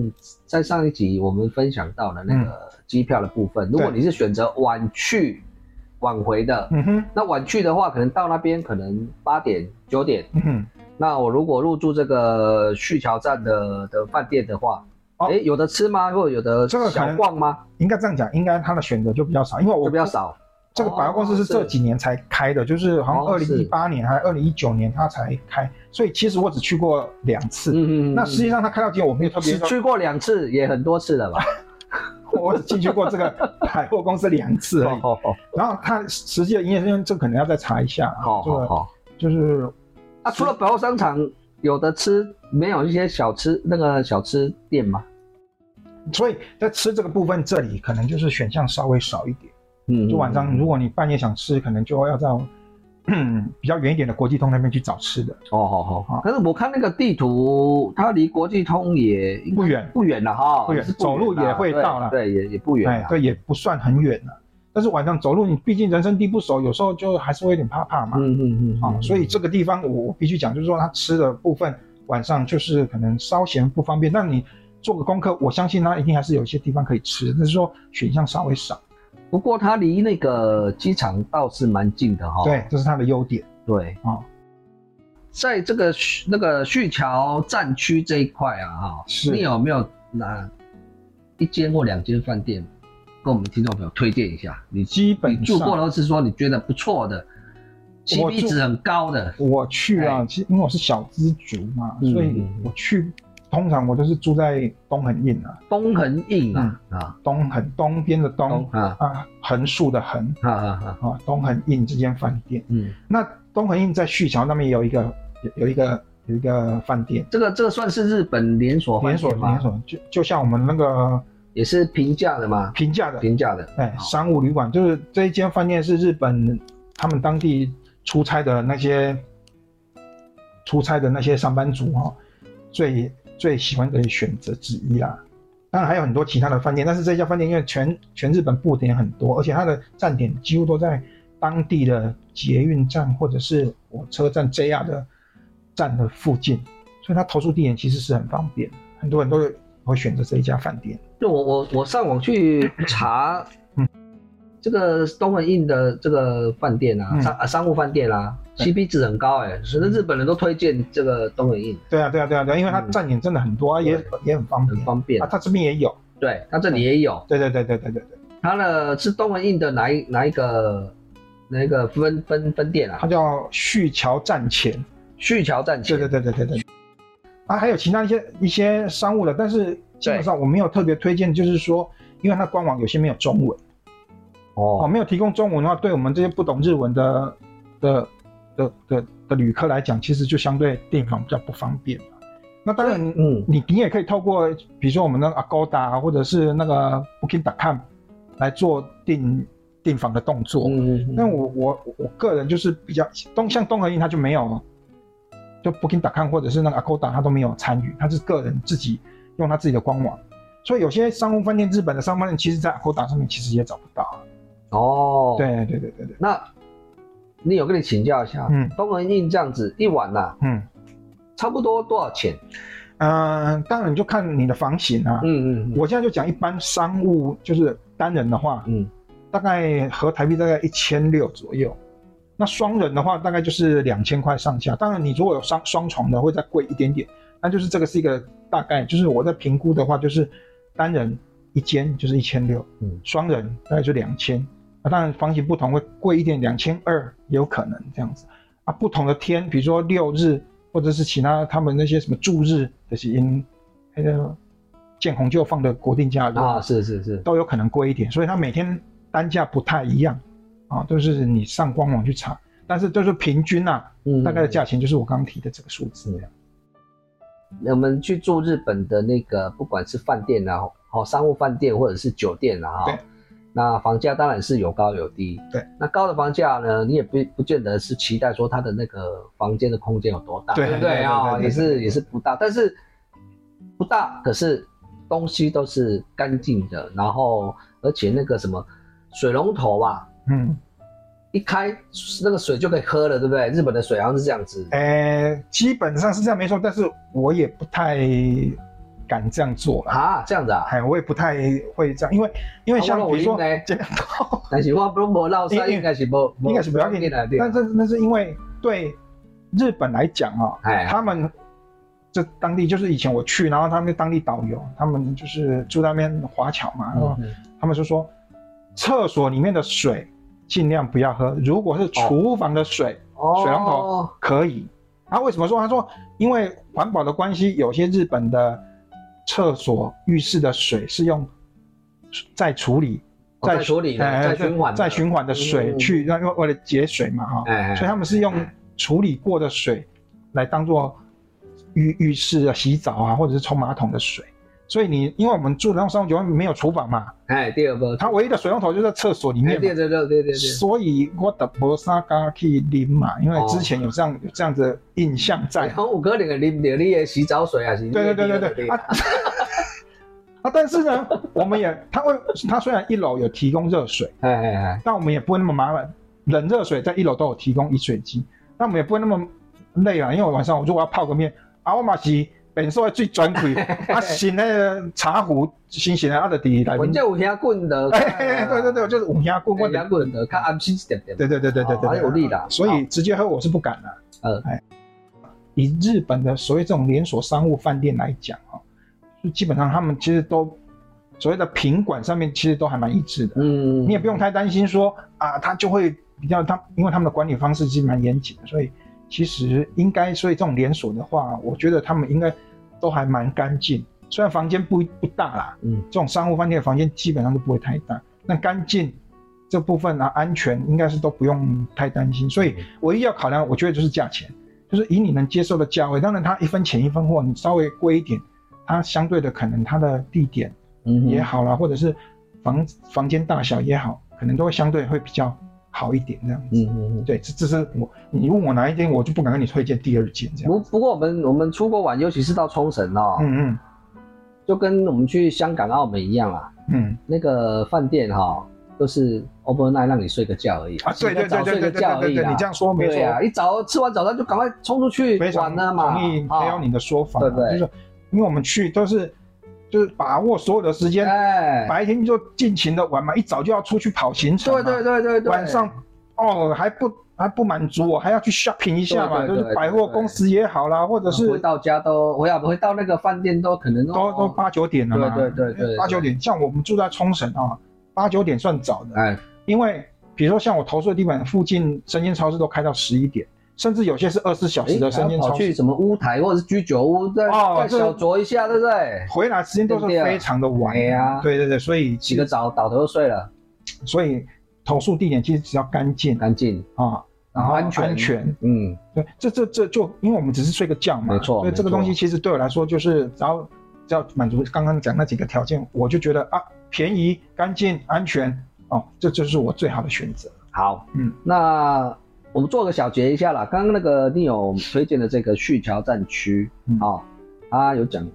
Speaker 1: 在上一集我们分享到的那
Speaker 5: 嗯
Speaker 1: 个机票的部分，如果你是选择晚去晚回的，
Speaker 5: 嗯哼，
Speaker 1: 那晚去的话，可能到那边可能八点九点，
Speaker 5: 嗯哼，
Speaker 1: 那我如果入住这个旭桥站的的饭店的话，哎、
Speaker 5: 哦
Speaker 1: 有的吃吗？或者有的
Speaker 5: 这个可
Speaker 1: 小
Speaker 5: 能
Speaker 1: 逛吗？
Speaker 5: 应该这样讲，应该它的选择就比较少，因为我
Speaker 1: 就比较少。
Speaker 5: 这个百货公司是这几年才开的，就是好像
Speaker 1: 哦
Speaker 5: 二
Speaker 1: 是
Speaker 5: 零一八年还是二零一九年它才开，所以其实我只去过两次。
Speaker 1: 嗯嗯嗯
Speaker 5: 那实际上它开到今天我没有特别
Speaker 1: 是
Speaker 5: 说，
Speaker 1: 去过两次，也很多次了吧？
Speaker 5: 我只进去过这 个百货公司两次而已。
Speaker 1: 好好
Speaker 5: 然后它实际的营业时间，这个可能要再查一下啊。
Speaker 1: 好
Speaker 5: 这
Speaker 1: 好
Speaker 5: 个
Speaker 1: 好。
Speaker 5: 就是
Speaker 1: 那啊除了百货商场，有的吃没有一些小吃那个小吃店吗？
Speaker 5: 所以在吃这个部分，这里可能就是选项稍微少一点。
Speaker 1: 嗯
Speaker 5: 就晚上如果你半夜想吃，可能就要到 比较远一点的国际通那边去找吃的，
Speaker 1: 哦，好好
Speaker 5: 好
Speaker 1: 好。可是我看那个地图，它离国际通也应该
Speaker 5: 不远
Speaker 1: 不远了哈，
Speaker 5: 不远
Speaker 1: 也是
Speaker 5: 走路
Speaker 1: 啦
Speaker 5: 也会
Speaker 1: 对
Speaker 5: 到啦
Speaker 1: 对，也也不远啊
Speaker 5: 哎
Speaker 1: 啦，。
Speaker 5: 对，也不算很远了。但是晚上走路，你毕竟人生地不熟，有时候就还是会有点怕怕嘛。
Speaker 1: 嗯嗯嗯
Speaker 5: 啊、
Speaker 1: 嗯，
Speaker 5: 所以这个地方我我必须讲，就是说它吃的部分晚上就是可能稍嫌不方便，但你做个功课，我相信它一定还是有一些地方可以吃，只是说选项稍微少。
Speaker 1: 不过它离那个机场倒是蛮近的哈。
Speaker 5: 对，这是它的优点。
Speaker 1: 对
Speaker 5: 哦
Speaker 1: 在这个旭那个旭桥战区这一块啊，哈，
Speaker 5: 是
Speaker 1: 你有没有哪一间或两间饭店跟我们听众朋友推荐一下？你
Speaker 5: 基本
Speaker 1: 你住过
Speaker 5: 上
Speaker 1: 了，或是说你觉得不错的，CP
Speaker 5: 住
Speaker 1: 值很高的，
Speaker 5: 我去啊，其实因为我是小资族嘛，
Speaker 1: 哎嗯
Speaker 5: 所以
Speaker 1: 嗯嗯
Speaker 5: 我去通常我都是住在东横印啊，
Speaker 1: 东很硬啊
Speaker 5: 嗯
Speaker 1: 啊
Speaker 5: 东横东边的
Speaker 1: 东
Speaker 5: 东
Speaker 1: 啊
Speaker 5: 啊，横竖的横
Speaker 1: 啊啊啊，
Speaker 5: 啊，东横印这间饭店。
Speaker 1: 嗯，
Speaker 5: 那东横印在旭桥那边有一个有有一个有一个饭店，
Speaker 1: 这个这个算是日本连锁饭
Speaker 5: 连锁
Speaker 1: 店吗
Speaker 5: 连？锁，就就像我们那个
Speaker 1: 也是平价的吗？
Speaker 5: 平价的
Speaker 1: 平价的，
Speaker 5: 哎
Speaker 1: 好
Speaker 5: 商务旅馆，就是这一间饭店是日本他们当地出差的那些出差的那些上班族哈、哦，最最喜欢的选择之一啦。当然还有很多其他的饭店，但是这家饭店因为全全日本布点很多，而且它的站点几乎都在当地的捷运站或者是火车站 JR 的站的附近，所以它投诉地点其实是很方便，很多人都会选择这一家饭店。
Speaker 1: 就我我我上网 去查，
Speaker 5: 嗯
Speaker 1: 这个东文印的这个饭店啊，
Speaker 5: 嗯
Speaker 1: 商啊商务饭店啊
Speaker 5: 对
Speaker 1: ，CP 值很高哎、所以日本人都推荐这个东文印，
Speaker 5: 对啊，对啊，对啊，对啊，因为它
Speaker 1: 嗯
Speaker 5: 站点真的很多啊，也也很方
Speaker 1: 很
Speaker 5: 便。
Speaker 1: 方便
Speaker 5: 啊，。它这边也有。
Speaker 1: 对，它这里也有，
Speaker 5: 对对对对对对对，
Speaker 1: 它的是东文印的哪一哪一个哪一个分分分店啊
Speaker 5: 它？叫旭桥站前。
Speaker 1: 旭桥站前。
Speaker 5: 对对对对对对。啊，还有其他一些一些商务的，但是基本上我没有特别推荐，就是说，因为它官网有些没有中文，哦，
Speaker 1: 哦，
Speaker 5: 没有提供中文的话，对我们这些不懂日文的的的的的旅客来讲，其实就相对订房比较不方便嘛。那当然，
Speaker 1: 嗯，
Speaker 5: 你你也可以透过，比如说我们那个 Agoda 啊或者是那个 Booking.com 来做订订房的动作。
Speaker 1: 嗯
Speaker 5: 哦那、我我我个人就是比较东像东和印，它就没有，就 Booking.com 或者是那个 Agoda 它都没有参与，它是个人自己用他自己的官网。所以有些商务饭店，日本的商务饭店，其实在 Agoda 上面其实也找不到。
Speaker 1: 哦，，
Speaker 5: 对对对对对，
Speaker 1: 那你有跟你请教一下，
Speaker 5: 嗯
Speaker 1: 东文印这样子一晚呐、啊
Speaker 5: 嗯
Speaker 1: 差不多多少钱？
Speaker 5: 嗯、呃当然你就看你的房型啊。
Speaker 1: 嗯嗯
Speaker 5: 我现在就讲一般商务就是单人的话，
Speaker 1: 嗯，
Speaker 5: 大概合台币大概一千六左右。那双人的话，大概就是两千块上下。当然，你如果有双双床的，会再贵一点点。那就是这个是一个大概，就是我在评估的话，就是单人一间就是一千六，
Speaker 1: 嗯
Speaker 5: 双人大概就两千。啊，当然房型不同会贵一点，两千二也有可能这样子。啊，不同的天，比如说六日或者是其他他们那些什么驻日的是因那个见红就放的国定假日
Speaker 1: 嗯啊，是是是，
Speaker 5: 都有可能贵一点，所以它每天单价不太一样啊，都、是你上官网去查，但是就是平均啊，
Speaker 1: 嗯
Speaker 5: 大概的价钱就是我刚刚提的这个数字。
Speaker 1: 我们去住日本的那个，不管是饭店啊，哦，商务饭店或者是酒店啊，
Speaker 5: 对
Speaker 1: 哈，那房价当然是有高有低。
Speaker 5: 对，
Speaker 1: 那高的房价呢，你也不不见得是期待说它的那个房间的空间有多大，
Speaker 5: 对
Speaker 1: 不对
Speaker 5: 对
Speaker 1: 啊？
Speaker 5: 对对对
Speaker 1: 也是也是不大，但是不大，可是东西都是干净的，然后而且那个什么水龙头啊，
Speaker 5: 嗯，
Speaker 1: 一开那个水就可以喝了，对不对？日本的水好像是这样子。
Speaker 5: 呃，基本上是这样没错，但是我也不太敢这样做啦。
Speaker 1: 啊，这样子啊，
Speaker 5: 哎，我也不太会这样，因为因为像
Speaker 1: 啊我
Speaker 5: 比如说
Speaker 1: 有呢
Speaker 5: 这两套，
Speaker 1: 但是我都没闹
Speaker 5: 哎因
Speaker 1: 噻，
Speaker 5: 因
Speaker 1: 应该是不，
Speaker 5: 应该是不要
Speaker 1: 紧
Speaker 5: 紧
Speaker 1: 的，对。
Speaker 5: 但是那是因为对日本来讲啊、
Speaker 1: 哎
Speaker 5: 他们这当地就是以前我去，然后他们当地导游，他们就是住在那边华侨嘛，然后
Speaker 1: 嗯嗯
Speaker 5: 他们就说，厕所里面的水尽量不要喝，如果是厨房的水、
Speaker 1: 哦
Speaker 5: 水龙头可以。他为什么说？他说因为环保的关系，有些日本的厕所浴室的水是用再处理、
Speaker 1: 哦再处理的再
Speaker 5: 哎
Speaker 1: 循环的
Speaker 5: 再循环的水
Speaker 1: 嗯
Speaker 5: 去，让、为了节水嘛哈、
Speaker 1: 哎哎
Speaker 5: 所以他们是用处理过的水来当做浴浴室啊、洗澡啊，或者是冲马桶的水。所以你因为我们住的那种商务酒店没有厨房嘛，
Speaker 1: 哎，第二波，
Speaker 5: 它唯一的水龙头就在厕所里
Speaker 1: 哎，
Speaker 5: 面嘛
Speaker 1: 对。对对对对对，
Speaker 5: 所以我的博萨嘎去啉嘛，因为
Speaker 1: 哦
Speaker 5: 之前有这样、有这样的印象在
Speaker 1: 然。后五哥那个淋的你的洗澡水啊，是你的
Speaker 5: 对对对
Speaker 1: 你的
Speaker 5: 对
Speaker 1: 你
Speaker 5: 对
Speaker 1: 的
Speaker 5: 啊！ 啊，但是呢，我们也他会他虽然一楼有提供热水，
Speaker 1: 哎哎哎，
Speaker 5: 但我们也不会那么麻烦。冷热水在一楼都有提供饮水机，那我们也不会那么累啊，因为我晚上我如果要泡个面，啊，我嘛是本身最专 亏，啊，新的茶壶新鲜的啊，就伫来
Speaker 1: 我
Speaker 5: 面
Speaker 1: 这。有兄棍的，
Speaker 5: 哎哎哎，对对对，就是五牙棍棍
Speaker 1: 有
Speaker 5: 的
Speaker 1: 兄棍的，看安心一点点。
Speaker 5: 对对对对对
Speaker 1: 哦
Speaker 5: 对，
Speaker 1: 还有力的
Speaker 5: 啊所以直接喝我是不敢的。
Speaker 1: 嗯
Speaker 5: 哎，以日本的所谓这种连锁商务饭店来讲啊，就基本上他们其实都所谓的品管上面其实都还蛮一致的，
Speaker 1: 嗯，
Speaker 5: 你也不用太担心说啊，他就会比较他，因为他们的管理方式其实蛮严谨的，所以其实应该，所以这种连锁的话，我觉得他们应该都还蛮干净，虽然房间不不大啦，
Speaker 1: 嗯
Speaker 5: 这种商务饭店的房间基本上都不会太大，那干净这部分啊，安全应该是都不用太担
Speaker 1: 嗯
Speaker 5: 心。所以唯一要考量，我觉得就是价钱，就是以你能接受的价位。当然，它一分钱一分货，你稍微贵一点，它相对的可能它的地点
Speaker 1: 嗯
Speaker 5: 也好啦，或者是房房间大小也好，可能都会相对会比较好一点这样子。
Speaker 1: 嗯嗯嗯。
Speaker 5: 对，这这是我你问我哪一间，我就不敢跟你推荐第二间这样。
Speaker 1: 不不过我们我们出国玩，尤其是到冲绳哦，
Speaker 5: 嗯嗯
Speaker 1: 就跟我们去香港、澳门一样啊，
Speaker 5: 嗯，
Speaker 1: 那个饭店哈、都是 overnight 让你睡个觉而已
Speaker 5: 啊对对
Speaker 1: 洗个澡
Speaker 5: 对
Speaker 1: 睡
Speaker 5: 对
Speaker 1: 个
Speaker 5: 对对
Speaker 1: 觉而
Speaker 5: 对
Speaker 1: 已
Speaker 5: 对，
Speaker 1: 啦。
Speaker 5: 你这样说没
Speaker 1: 对
Speaker 5: 错，
Speaker 1: 啊，一早吃完早餐就赶快冲出去
Speaker 5: 非常
Speaker 1: 玩了嘛。
Speaker 5: 同意
Speaker 1: 啊
Speaker 5: 培养你的说法，
Speaker 1: 对不对
Speaker 5: 就是因为我们去都是就是把握所有的时间，
Speaker 1: 哎，
Speaker 5: 白天就尽情的玩嘛，一早就要出去跑行程嘛，
Speaker 1: 对对对对对，
Speaker 5: 晚上哦还不还不满足我，还要去 shopping 一下嘛，
Speaker 1: 对对
Speaker 5: 就
Speaker 1: 对啊
Speaker 5: 是百货公司也好啦，或者是
Speaker 1: 回到家都回到啊回到那个饭店都可能
Speaker 5: 都都八九点了嘛，
Speaker 1: 哦对对对对对
Speaker 5: 八九点，像我们住在冲绳啊，八九点算早的，
Speaker 1: 哎
Speaker 5: 因为比如说像我投诉的地方附近生鲜超市都开到十一点，甚至有些是二十四小时的生
Speaker 1: 哎
Speaker 5: 鲜
Speaker 1: 跑
Speaker 5: 超市
Speaker 1: 去，什么乌台或者是居酒屋再
Speaker 5: 哦
Speaker 1: 再
Speaker 5: 这
Speaker 1: 小酌一下，对不对？
Speaker 5: 回来时间都是非常的晚，
Speaker 1: 哎呀
Speaker 5: 对对对，所以
Speaker 1: 洗个澡倒头就睡了，
Speaker 5: 所以投诉地点其实只要干净
Speaker 1: 干净，
Speaker 5: 啊，然后
Speaker 1: 安全
Speaker 5: 安全，
Speaker 1: 嗯，
Speaker 5: 对，这这这就因为我们只是睡个觉嘛，
Speaker 1: 没错
Speaker 5: 所以这个
Speaker 1: 没错
Speaker 5: 东西其实对我来说就是只要只要满足刚刚讲那几个条件，我就觉得啊，便宜、干净、安全哦，这就是我最好的选择。
Speaker 1: 好，
Speaker 5: 嗯，
Speaker 1: 那我们做个小结一下啦。刚刚那个你有推荐的这个旭桥站区
Speaker 5: 嗯，
Speaker 1: 哦，它有讲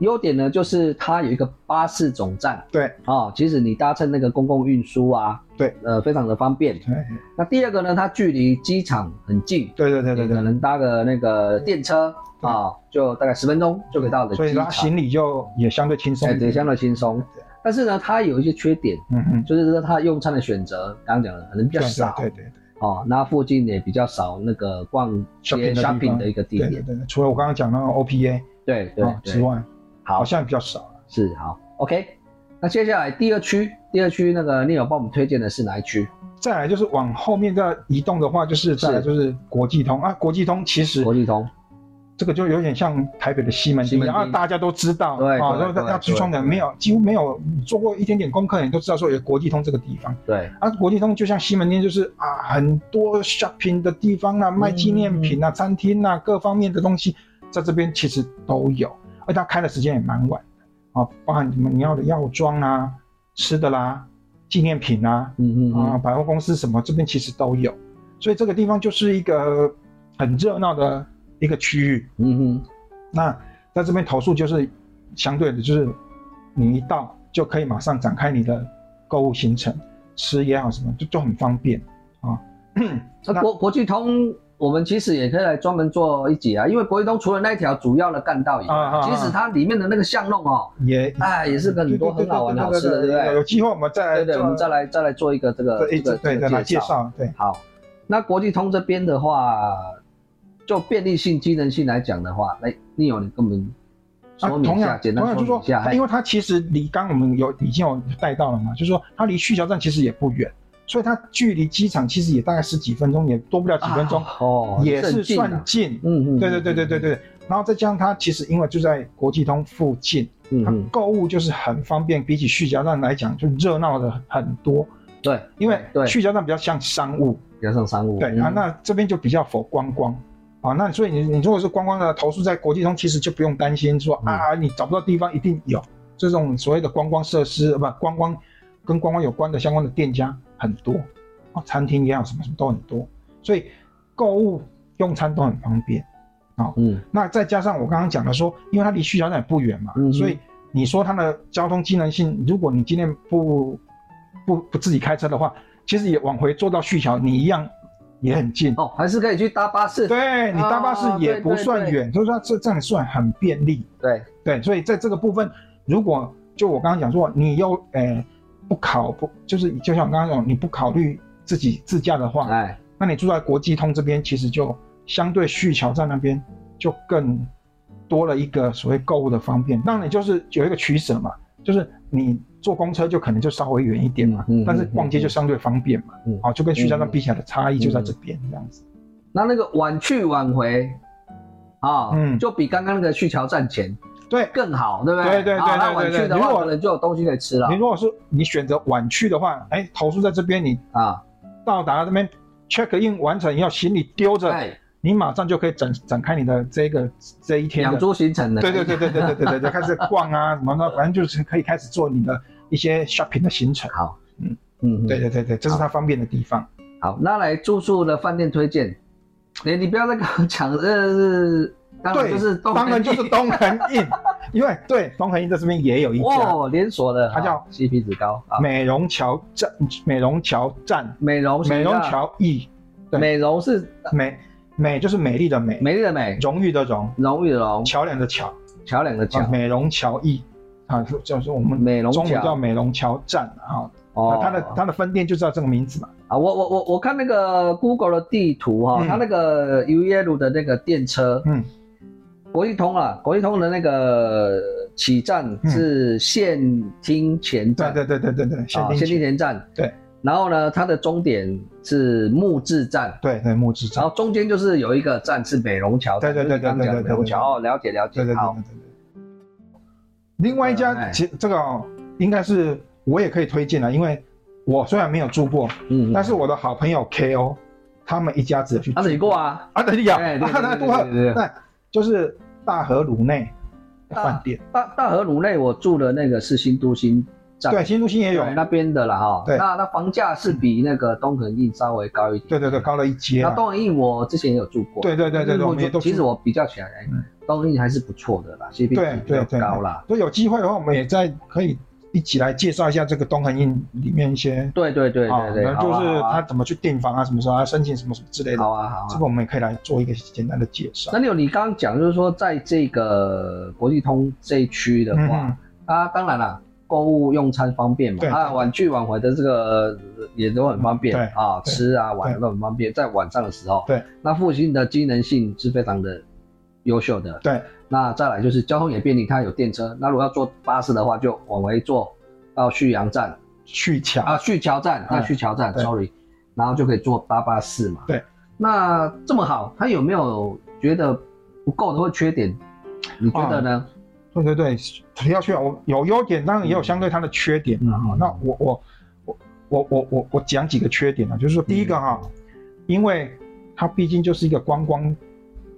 Speaker 1: 优点呢，就是它有一个巴士总站
Speaker 5: 对
Speaker 1: 哦，其实你搭乘那个公共运输啊，
Speaker 5: 对，
Speaker 1: 呃，非常的方便。
Speaker 5: 对
Speaker 1: 那第二个呢，它距离机场很近，
Speaker 5: 对对对对
Speaker 1: 你可
Speaker 5: 对
Speaker 1: 能搭个那个电车
Speaker 5: 对
Speaker 1: 啊，就大概十分钟就可以到了
Speaker 5: 所以
Speaker 1: 机
Speaker 5: 拉
Speaker 1: 场，
Speaker 5: 行李就也相对轻松
Speaker 1: 哎，
Speaker 5: 一点，
Speaker 1: 对，相对轻松
Speaker 5: 对。
Speaker 1: 但是呢，它有一些缺点，
Speaker 5: 嗯嗯，
Speaker 1: 就是说它用餐的选择，刚刚讲的可能比
Speaker 5: 对
Speaker 1: 较
Speaker 5: 对
Speaker 1: 少，
Speaker 5: 对对
Speaker 1: 哦，那附近也比较少那个逛街
Speaker 5: Shopping 的地方
Speaker 1: shopping 的一个地
Speaker 5: 对对
Speaker 1: 点。
Speaker 5: 对，除了我刚刚讲那个 OPA
Speaker 1: 对对
Speaker 5: 啊之
Speaker 1: 对，
Speaker 5: 外，
Speaker 1: 好
Speaker 5: 好像比较少。
Speaker 1: 是好，OK。那接下来第二区，第二区那个聂友帮我们推荐的是哪一区？
Speaker 5: 再来就是往后面再移动的话，就是再来就是国际通啊，国际通其实
Speaker 1: 国际通。
Speaker 5: 这个就有点像台北的西门町，
Speaker 1: 西门
Speaker 5: 然
Speaker 1: 町
Speaker 5: 后大家都知道，
Speaker 1: 对
Speaker 5: 啊，
Speaker 1: 对
Speaker 5: 然后
Speaker 1: 对
Speaker 5: 要去冲的
Speaker 1: 对
Speaker 5: 没有，几乎没有你做过一点点功课，你都知道说有国际通这个地方。
Speaker 1: 对，
Speaker 5: 啊，国际通就像西门町，就是啊，很多 shopping 的地方啊，卖纪念品
Speaker 1: 嗯
Speaker 5: 啊、餐厅啊，各方面的东西，在这边其实都有，而且它开的时间也蛮晚的啊，包含你们你要的药妆啊、吃的啦、纪念品啊，
Speaker 1: 嗯嗯
Speaker 5: 啊，
Speaker 1: 嗯，
Speaker 5: 百货公司什么这边其实都有，所以这个地方就是一个很热闹的一个区域。
Speaker 1: 嗯
Speaker 5: 那在这边投诉就是相对的，就是你一到就可以马上展开你的购物行程，吃也好什么，就就很方便啊。
Speaker 1: 那国国际通，我们其实也可以来专门做一集啊，因为国际通除了那条主要的干道以外，
Speaker 5: 啊啊啊
Speaker 1: 其实它里面的那个巷弄哦，
Speaker 5: 也
Speaker 1: 哎，也是个很多
Speaker 5: 对对对
Speaker 1: 很好玩
Speaker 5: 对对
Speaker 1: 好吃的，对
Speaker 5: 对
Speaker 1: 不
Speaker 5: 对有
Speaker 1: 对？
Speaker 5: 机会我们再来
Speaker 1: 对对，
Speaker 5: 做
Speaker 1: 我们再来再来做一个这个
Speaker 5: 对一
Speaker 1: 这个
Speaker 5: 直对
Speaker 1: 这
Speaker 5: 再
Speaker 1: 个
Speaker 5: 来介。绍，对，
Speaker 1: 好，那国际通这边的话，就便利性、机能性来讲的话，来，你有你跟我们
Speaker 5: 啊，
Speaker 1: 说明
Speaker 5: 同
Speaker 1: 一下，
Speaker 5: 样，
Speaker 1: 简
Speaker 5: 同
Speaker 1: 单
Speaker 5: 样就是
Speaker 1: 说
Speaker 5: 说
Speaker 1: 明一下，，
Speaker 5: 它因为它其实离刚我们有已经有带到了嘛，就是说它离旭桥站其实也不远，所以它距离机场其实也大概十几分钟，也多不了几分钟，
Speaker 1: 啊哦，
Speaker 5: 也
Speaker 1: 很
Speaker 5: 是
Speaker 1: 近
Speaker 5: 算
Speaker 1: 啊
Speaker 5: 近。
Speaker 1: 嗯嗯，
Speaker 5: 对对对对对对。然后再加上它其实因为就在国际通附近，
Speaker 1: 嗯，嗯
Speaker 5: 它
Speaker 1: 嗯，
Speaker 5: 购物就是很方便，比起旭桥站来讲就热闹的很多，
Speaker 1: 对，
Speaker 5: 因为
Speaker 1: 对，
Speaker 5: 旭桥站比较像商务，
Speaker 1: 加上商务，
Speaker 5: 对
Speaker 1: 嗯
Speaker 5: 啊，那这边就比较否观光啊，那所以你你如果是观光的投诉在国际通，其实就不用担心说
Speaker 1: 嗯
Speaker 5: 啊你找不到地方，一定有这种所谓的观光设施，呃不观光跟观光有关的相关的店家很多啊，餐厅也好，什么什么都很多，所以购物用餐都很方便。
Speaker 1: 嗯
Speaker 5: 那再加上我刚刚讲的说，因为它离旭桥站也不远嘛，
Speaker 1: 嗯哼
Speaker 5: 所以你说它的交通机能性，如果你今天不不不自己开车的话，其实也往回坐到旭桥，你一样也很近。
Speaker 1: 哦，还是可以去搭巴士，
Speaker 5: 对你搭巴士
Speaker 1: 啊
Speaker 5: 也
Speaker 1: 对
Speaker 5: 不
Speaker 1: 对
Speaker 5: 算
Speaker 1: 对
Speaker 5: 远，所以说这这样算很便利。
Speaker 1: 对，
Speaker 5: 对，所以在这个部分，如果就我刚刚讲说，你又诶、呃不考不就是就像我刚刚讲，你不考虑自己自驾的话，
Speaker 1: 哎，
Speaker 5: 那你住在国际通这边，其实就相对旭桥站那边就更多了一个所谓购物的方便。当然，你就是有一个取舍嘛，就是你坐公车就可能就稍微远一点嘛，
Speaker 1: 嗯嗯嗯
Speaker 5: 但是逛街就相对方便嘛。哦
Speaker 1: 嗯
Speaker 5: 好，就跟旭桥站
Speaker 1: 嗯
Speaker 5: 比起来的差异就在这边、这样子。
Speaker 1: 那那个晚去晚回，啊，
Speaker 5: 嗯
Speaker 1: 就比刚刚那个去桥站前
Speaker 5: 对，
Speaker 1: 更好，对不对？
Speaker 5: 对对对
Speaker 1: 啊那
Speaker 5: 对对
Speaker 1: 晚去的
Speaker 5: 对如
Speaker 1: 话，
Speaker 5: 果
Speaker 1: 可能就有东西可以吃了
Speaker 5: 你如果是你选择晚去的话，哎，投诉在这边，你
Speaker 1: 啊，
Speaker 5: 到达这边 check in 完成以后，行李丢着，
Speaker 1: 哎，
Speaker 5: 你马上就可以展展开你的这个这一天
Speaker 1: 养
Speaker 5: 的
Speaker 1: 猪行程的，
Speaker 5: 对对对对对对对 对对，开始逛啊什么的，反正就是可以开始做你的一些 shopping 的行程。
Speaker 1: 好，嗯
Speaker 5: 嗯
Speaker 1: 嗯，
Speaker 5: 对对对对，这是它方便的地方。
Speaker 1: 好，那来住宿的饭店推荐，你你不要再跟我讲，这是当然
Speaker 5: 对，
Speaker 1: 就是东
Speaker 5: 当然就是东恒印，因为对东恒印在这边也有一家
Speaker 1: 哦，连锁的，
Speaker 5: 它叫
Speaker 1: 啊西皮子糕啊，
Speaker 5: 美容桥站，美容桥站，
Speaker 1: 美容型的
Speaker 5: 美容桥艺，对
Speaker 1: 美容是
Speaker 5: 美美就是美丽的美，
Speaker 1: 美丽的美，
Speaker 5: 荣誉的荣，
Speaker 1: 荣誉的荣，
Speaker 5: 桥梁的桥，
Speaker 1: 桥两个桥
Speaker 5: 啊，美容桥艺啊，就就是我们
Speaker 1: 美容
Speaker 5: 中
Speaker 1: 桥
Speaker 5: 文叫美容桥站啊，
Speaker 1: 哦
Speaker 5: 那它的它的分店就叫这个名字嘛。
Speaker 1: 啊，我我我我看那个 Google 的地图哈、
Speaker 5: 嗯
Speaker 1: 它那个 U 耶鲁的那个电车，
Speaker 5: 嗯，
Speaker 1: 国际通啊，国际通的那个起站是县厅前
Speaker 5: 嗯对
Speaker 1: 站，
Speaker 5: 对对对对对，限
Speaker 1: 啊，
Speaker 5: 定
Speaker 1: 县厅
Speaker 5: 区
Speaker 1: 前站，
Speaker 5: 对。
Speaker 1: 然后呢，它的终点是木质站，
Speaker 5: 对对木质站
Speaker 1: 然。后中间就是有一个站是美容桥站，
Speaker 5: 对对对
Speaker 1: 就是刚刚讲的
Speaker 5: 对对对
Speaker 1: 美
Speaker 5: 对
Speaker 1: 容桥哦，了解了解，
Speaker 5: 对对对
Speaker 1: 好
Speaker 5: 对对对。另外一
Speaker 1: 哎
Speaker 5: 家，其这个哦应该是我也可以推荐啊的，因为我虽然没有住过，
Speaker 1: 嗯，
Speaker 5: 但是我的好朋友 KO 他们一家子有去
Speaker 1: 阿水
Speaker 5: 住
Speaker 1: 过啊，
Speaker 5: 啊，对呀，
Speaker 1: 哎对
Speaker 5: 啊
Speaker 1: 对
Speaker 5: 那
Speaker 1: 对
Speaker 5: 多好
Speaker 1: 对对对
Speaker 5: 那就是大和鲁内的
Speaker 1: 大
Speaker 5: 饭店，
Speaker 1: 大大河鲁内我住的那个是新都新站，
Speaker 5: 对，新竹新也有
Speaker 1: 对，那边的啦哈、
Speaker 5: 对
Speaker 1: 那那房价是比那个东恒印稍微高一点。
Speaker 5: 对对对，。高了一阶
Speaker 1: 那
Speaker 5: 啊，
Speaker 1: 东恒印我之前也有住过。
Speaker 5: 对对对对
Speaker 1: 就是
Speaker 5: 对，
Speaker 1: 我
Speaker 5: 我们也都
Speaker 1: 其
Speaker 5: 去
Speaker 1: 实我比较起来，哎
Speaker 5: 嗯
Speaker 1: 东恒印还是不错的啦，CP
Speaker 5: 对
Speaker 1: 值比
Speaker 5: 对
Speaker 1: 较
Speaker 5: 对
Speaker 1: 高啦。
Speaker 5: 所以有机会的话，我们也再可以一起来介绍一下这个东恒印里面一些
Speaker 1: 对对对
Speaker 5: 啊
Speaker 1: 对，对，
Speaker 5: 那就
Speaker 1: 好啊
Speaker 5: 是
Speaker 1: 好
Speaker 5: 他
Speaker 1: 啊
Speaker 5: 怎么去订房啊，什么时候啊申请什么什么之类的。
Speaker 1: 好啊好
Speaker 5: 这
Speaker 1: 啊。
Speaker 5: 个我们也可以来做一个简单的介绍
Speaker 1: 那。你有你刚刚讲，就是说在这个国际通这一区的话，
Speaker 5: 嗯，
Speaker 1: 啊，当然啦，购物用餐方便嘛
Speaker 5: 对，
Speaker 1: 啊，晚去晚回的这个呃也都很方便
Speaker 5: 对
Speaker 1: 啊，
Speaker 5: 对
Speaker 1: 吃啊玩都很方便，在晚上的时候，
Speaker 5: 对，
Speaker 1: 那复兴的机能性是非常的优秀的，
Speaker 5: 对，
Speaker 1: 那再来就是交通也便利，它有电车，那如果要坐巴士的话，就往回坐到旭阳站
Speaker 5: 去桥
Speaker 1: 啊，旭桥站，
Speaker 5: 嗯
Speaker 1: 啊，旭桥站
Speaker 5: 对
Speaker 1: ，sorry，然后就可以坐八八四嘛，
Speaker 5: 对，
Speaker 1: 那这么好，它有没有觉得不够的或缺点？你觉得呢？
Speaker 5: 对对对，提到去啊，我有优点，当然也有相对它的缺点啊。
Speaker 1: 嗯嗯
Speaker 5: 哈那我我我我我我我讲几个缺点啊，就是说第一个
Speaker 1: 嗯
Speaker 5: 哈，因为它毕竟就是一个观光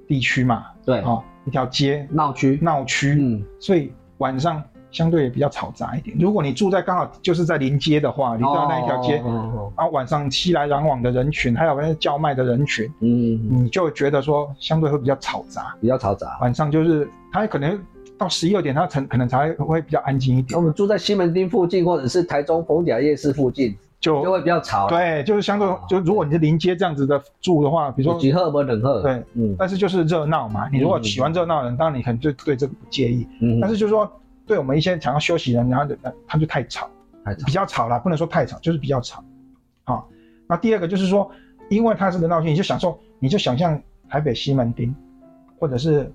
Speaker 5: 地区嘛，
Speaker 1: 对，
Speaker 5: 啊，一条街
Speaker 1: 闹区，
Speaker 5: 闹区，
Speaker 1: 嗯。
Speaker 5: 所以晚上相对也比较嘈杂一点。如果你住在刚好就是在临街的话，临到那一条街
Speaker 1: 哦哦哦哦
Speaker 5: 啊，晚上熙来攘往的人群，还有那些叫卖的人群，
Speaker 1: 嗯，
Speaker 5: 你就觉得说相对会比较嘈杂。
Speaker 1: 比较嘈杂。
Speaker 5: 晚上就是他可能到十一二点，他才可能才会比较安静一
Speaker 1: 我
Speaker 5: 点。
Speaker 1: 们住在西门町附近，或者是台中逢甲夜市附近，
Speaker 5: 就
Speaker 1: 就会比较吵。，
Speaker 5: 对，就是相对
Speaker 1: 哦
Speaker 5: 就如果你是临街这样子的住的话，比如
Speaker 1: 有
Speaker 5: 说
Speaker 1: 几赫不等赫。
Speaker 5: 对，
Speaker 1: 嗯
Speaker 5: 但是就是热闹嘛。你如果
Speaker 1: 嗯
Speaker 5: 喜欢热闹的人，当然你可能就对这个不介意。
Speaker 1: 嗯，
Speaker 5: 但是就是说，对我们一些想要休息的人，然后就呃他就太吵，
Speaker 1: 太吵
Speaker 5: 比较吵啦，不能说太吵，就是比较吵。好、那第二个就是说，因为它是人闹区，你就享受，你就想象台北西门町，或者是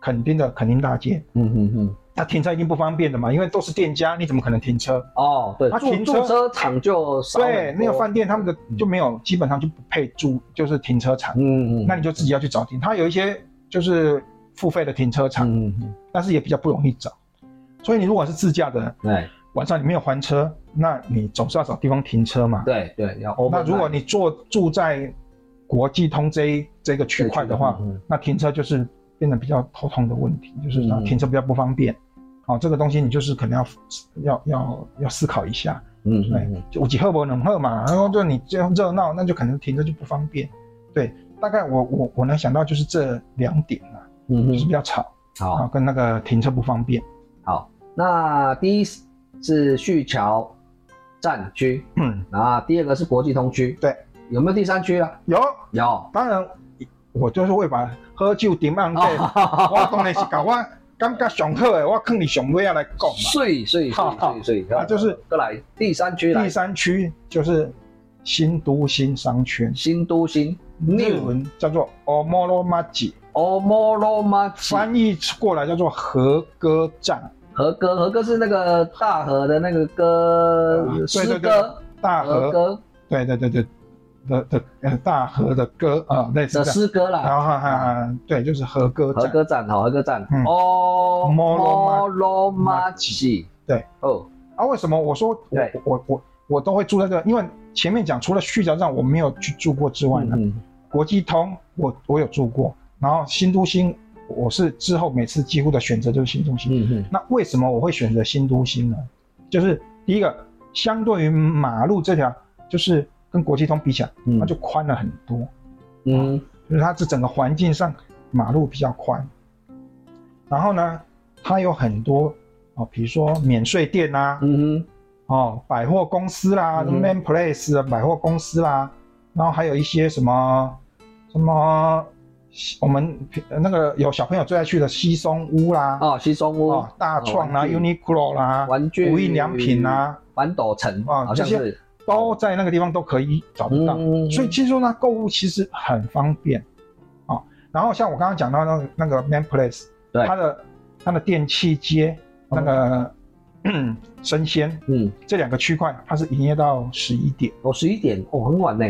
Speaker 5: 垦丁的垦丁大街，
Speaker 1: 嗯嗯嗯，
Speaker 5: 它停车一定不方便的嘛，因为都是店家，你怎么可能停车？
Speaker 1: 哦，对，
Speaker 5: 他
Speaker 1: 驻
Speaker 5: 停车
Speaker 1: 驻车场就少很多
Speaker 5: 对，
Speaker 1: 嗯
Speaker 5: 那个饭店他们的就没有，基本上就不配住，就是停车场，
Speaker 1: 嗯嗯，
Speaker 5: 那你就自己要去找停。它有一些就是付费的停车场，
Speaker 1: 嗯嗯嗯，
Speaker 5: 但是也比较不容易找。所以你如果是自驾的，
Speaker 1: 对
Speaker 5: 晚上你没有还车，那你总是要找地方停车嘛。
Speaker 1: 对对，要
Speaker 5: 那
Speaker 1: overnight。
Speaker 5: 如果你坐住在国际通这一这个区块的话
Speaker 1: 这一区的嗯嗯，
Speaker 5: 那停车就是变得比较头痛的问题，就是说
Speaker 1: 嗯
Speaker 5: 停车比较不方便。哦，这个东西你就是可能要要要要思考一下。
Speaker 1: 嗯
Speaker 5: 对
Speaker 1: 嗯，
Speaker 5: 就有几赫伯能喝嘛，然后就你这样热闹，那就可能停车就不方便。对，大概我我我能想到就是这两点啊，
Speaker 1: 嗯
Speaker 5: 就是
Speaker 1: 嗯，
Speaker 5: 比较吵啊，
Speaker 1: 好
Speaker 5: 跟那个停车不方便。
Speaker 1: 好，那第一是旭桥站区，
Speaker 5: 嗯，
Speaker 1: 啊，第二个是国际通区，
Speaker 5: 对，
Speaker 1: 有没有第三区啊？
Speaker 5: 有，
Speaker 1: 有，
Speaker 5: 当然我就是会把喝酒点按对，
Speaker 1: 哦
Speaker 5: 我当然是搞我感觉上好的，我坑你上尾啊来讲嘛。
Speaker 1: 睡睡睡睡睡，
Speaker 5: 啊就是
Speaker 1: 过来第三区来
Speaker 5: 第三区就是新都新商圈，
Speaker 1: 新都心
Speaker 5: 日
Speaker 1: New
Speaker 5: 文叫做 Omoromaji，
Speaker 1: Omoromachi
Speaker 5: 翻译过来叫做和歌站。啊
Speaker 1: 和歌，和歌是那个大河的那个歌
Speaker 5: 对
Speaker 1: 呃诗
Speaker 5: 对
Speaker 1: 歌
Speaker 5: 对，，大
Speaker 1: 和
Speaker 5: 和
Speaker 1: 歌
Speaker 5: 对对对对的的呃大河的歌啊，类
Speaker 1: 嗯
Speaker 5: 似
Speaker 1: 的
Speaker 5: 这样。
Speaker 1: 诗歌啦，
Speaker 5: 然后还还对，就是和歌
Speaker 1: 和
Speaker 5: 站。
Speaker 1: 歌站好，和歌站
Speaker 5: 嗯
Speaker 1: Omoromachi
Speaker 5: 对
Speaker 1: 哦，
Speaker 5: 啊，为什么我说我
Speaker 1: 对
Speaker 5: 我我我都会住在这个？因为前面讲除了旭桥站我没有去住过之外呢，
Speaker 1: 嗯
Speaker 5: 国际通我我有住过，然后新都新我是之后每次几乎的选择就是新都新。
Speaker 1: 嗯嗯
Speaker 5: 那为什么我会选择新都新呢？就是第一个，相对于马路这条，就是跟国际通比起来，
Speaker 1: 嗯
Speaker 5: 它就宽了很多。
Speaker 1: 嗯
Speaker 5: 就是它这整个环境上马路比较宽，然后呢，它有很多哦，比如说免税店啊，
Speaker 1: 嗯
Speaker 5: 哦，百货公司啦、
Speaker 1: 嗯
Speaker 5: m a n Place 啊，百货公司啦，然后还有一些什么什么，我们呃那个有小朋友最爱去的西松屋啦，
Speaker 1: 哦，西松屋
Speaker 5: 哦，大创啦、
Speaker 1: 哦玩具
Speaker 5: Uniqlo 啦、
Speaker 1: 玩具
Speaker 5: 无印良品啦、
Speaker 1: 板斗城
Speaker 5: 啊
Speaker 1: 好像
Speaker 5: 这
Speaker 1: 是
Speaker 5: 都在那个地方都可以找得到。
Speaker 1: 嗯
Speaker 5: 所以其实说呢，购物其实很方便啊、哦然后像我刚刚讲到那个那个 Man Place，
Speaker 1: 对
Speaker 5: 它的它的电器街、
Speaker 1: 哦
Speaker 5: 那个、 嗯生鲜
Speaker 1: 嗯，
Speaker 5: 这两个区块，它是营业到十一点。
Speaker 1: 哦，十一点哦，很晚呢。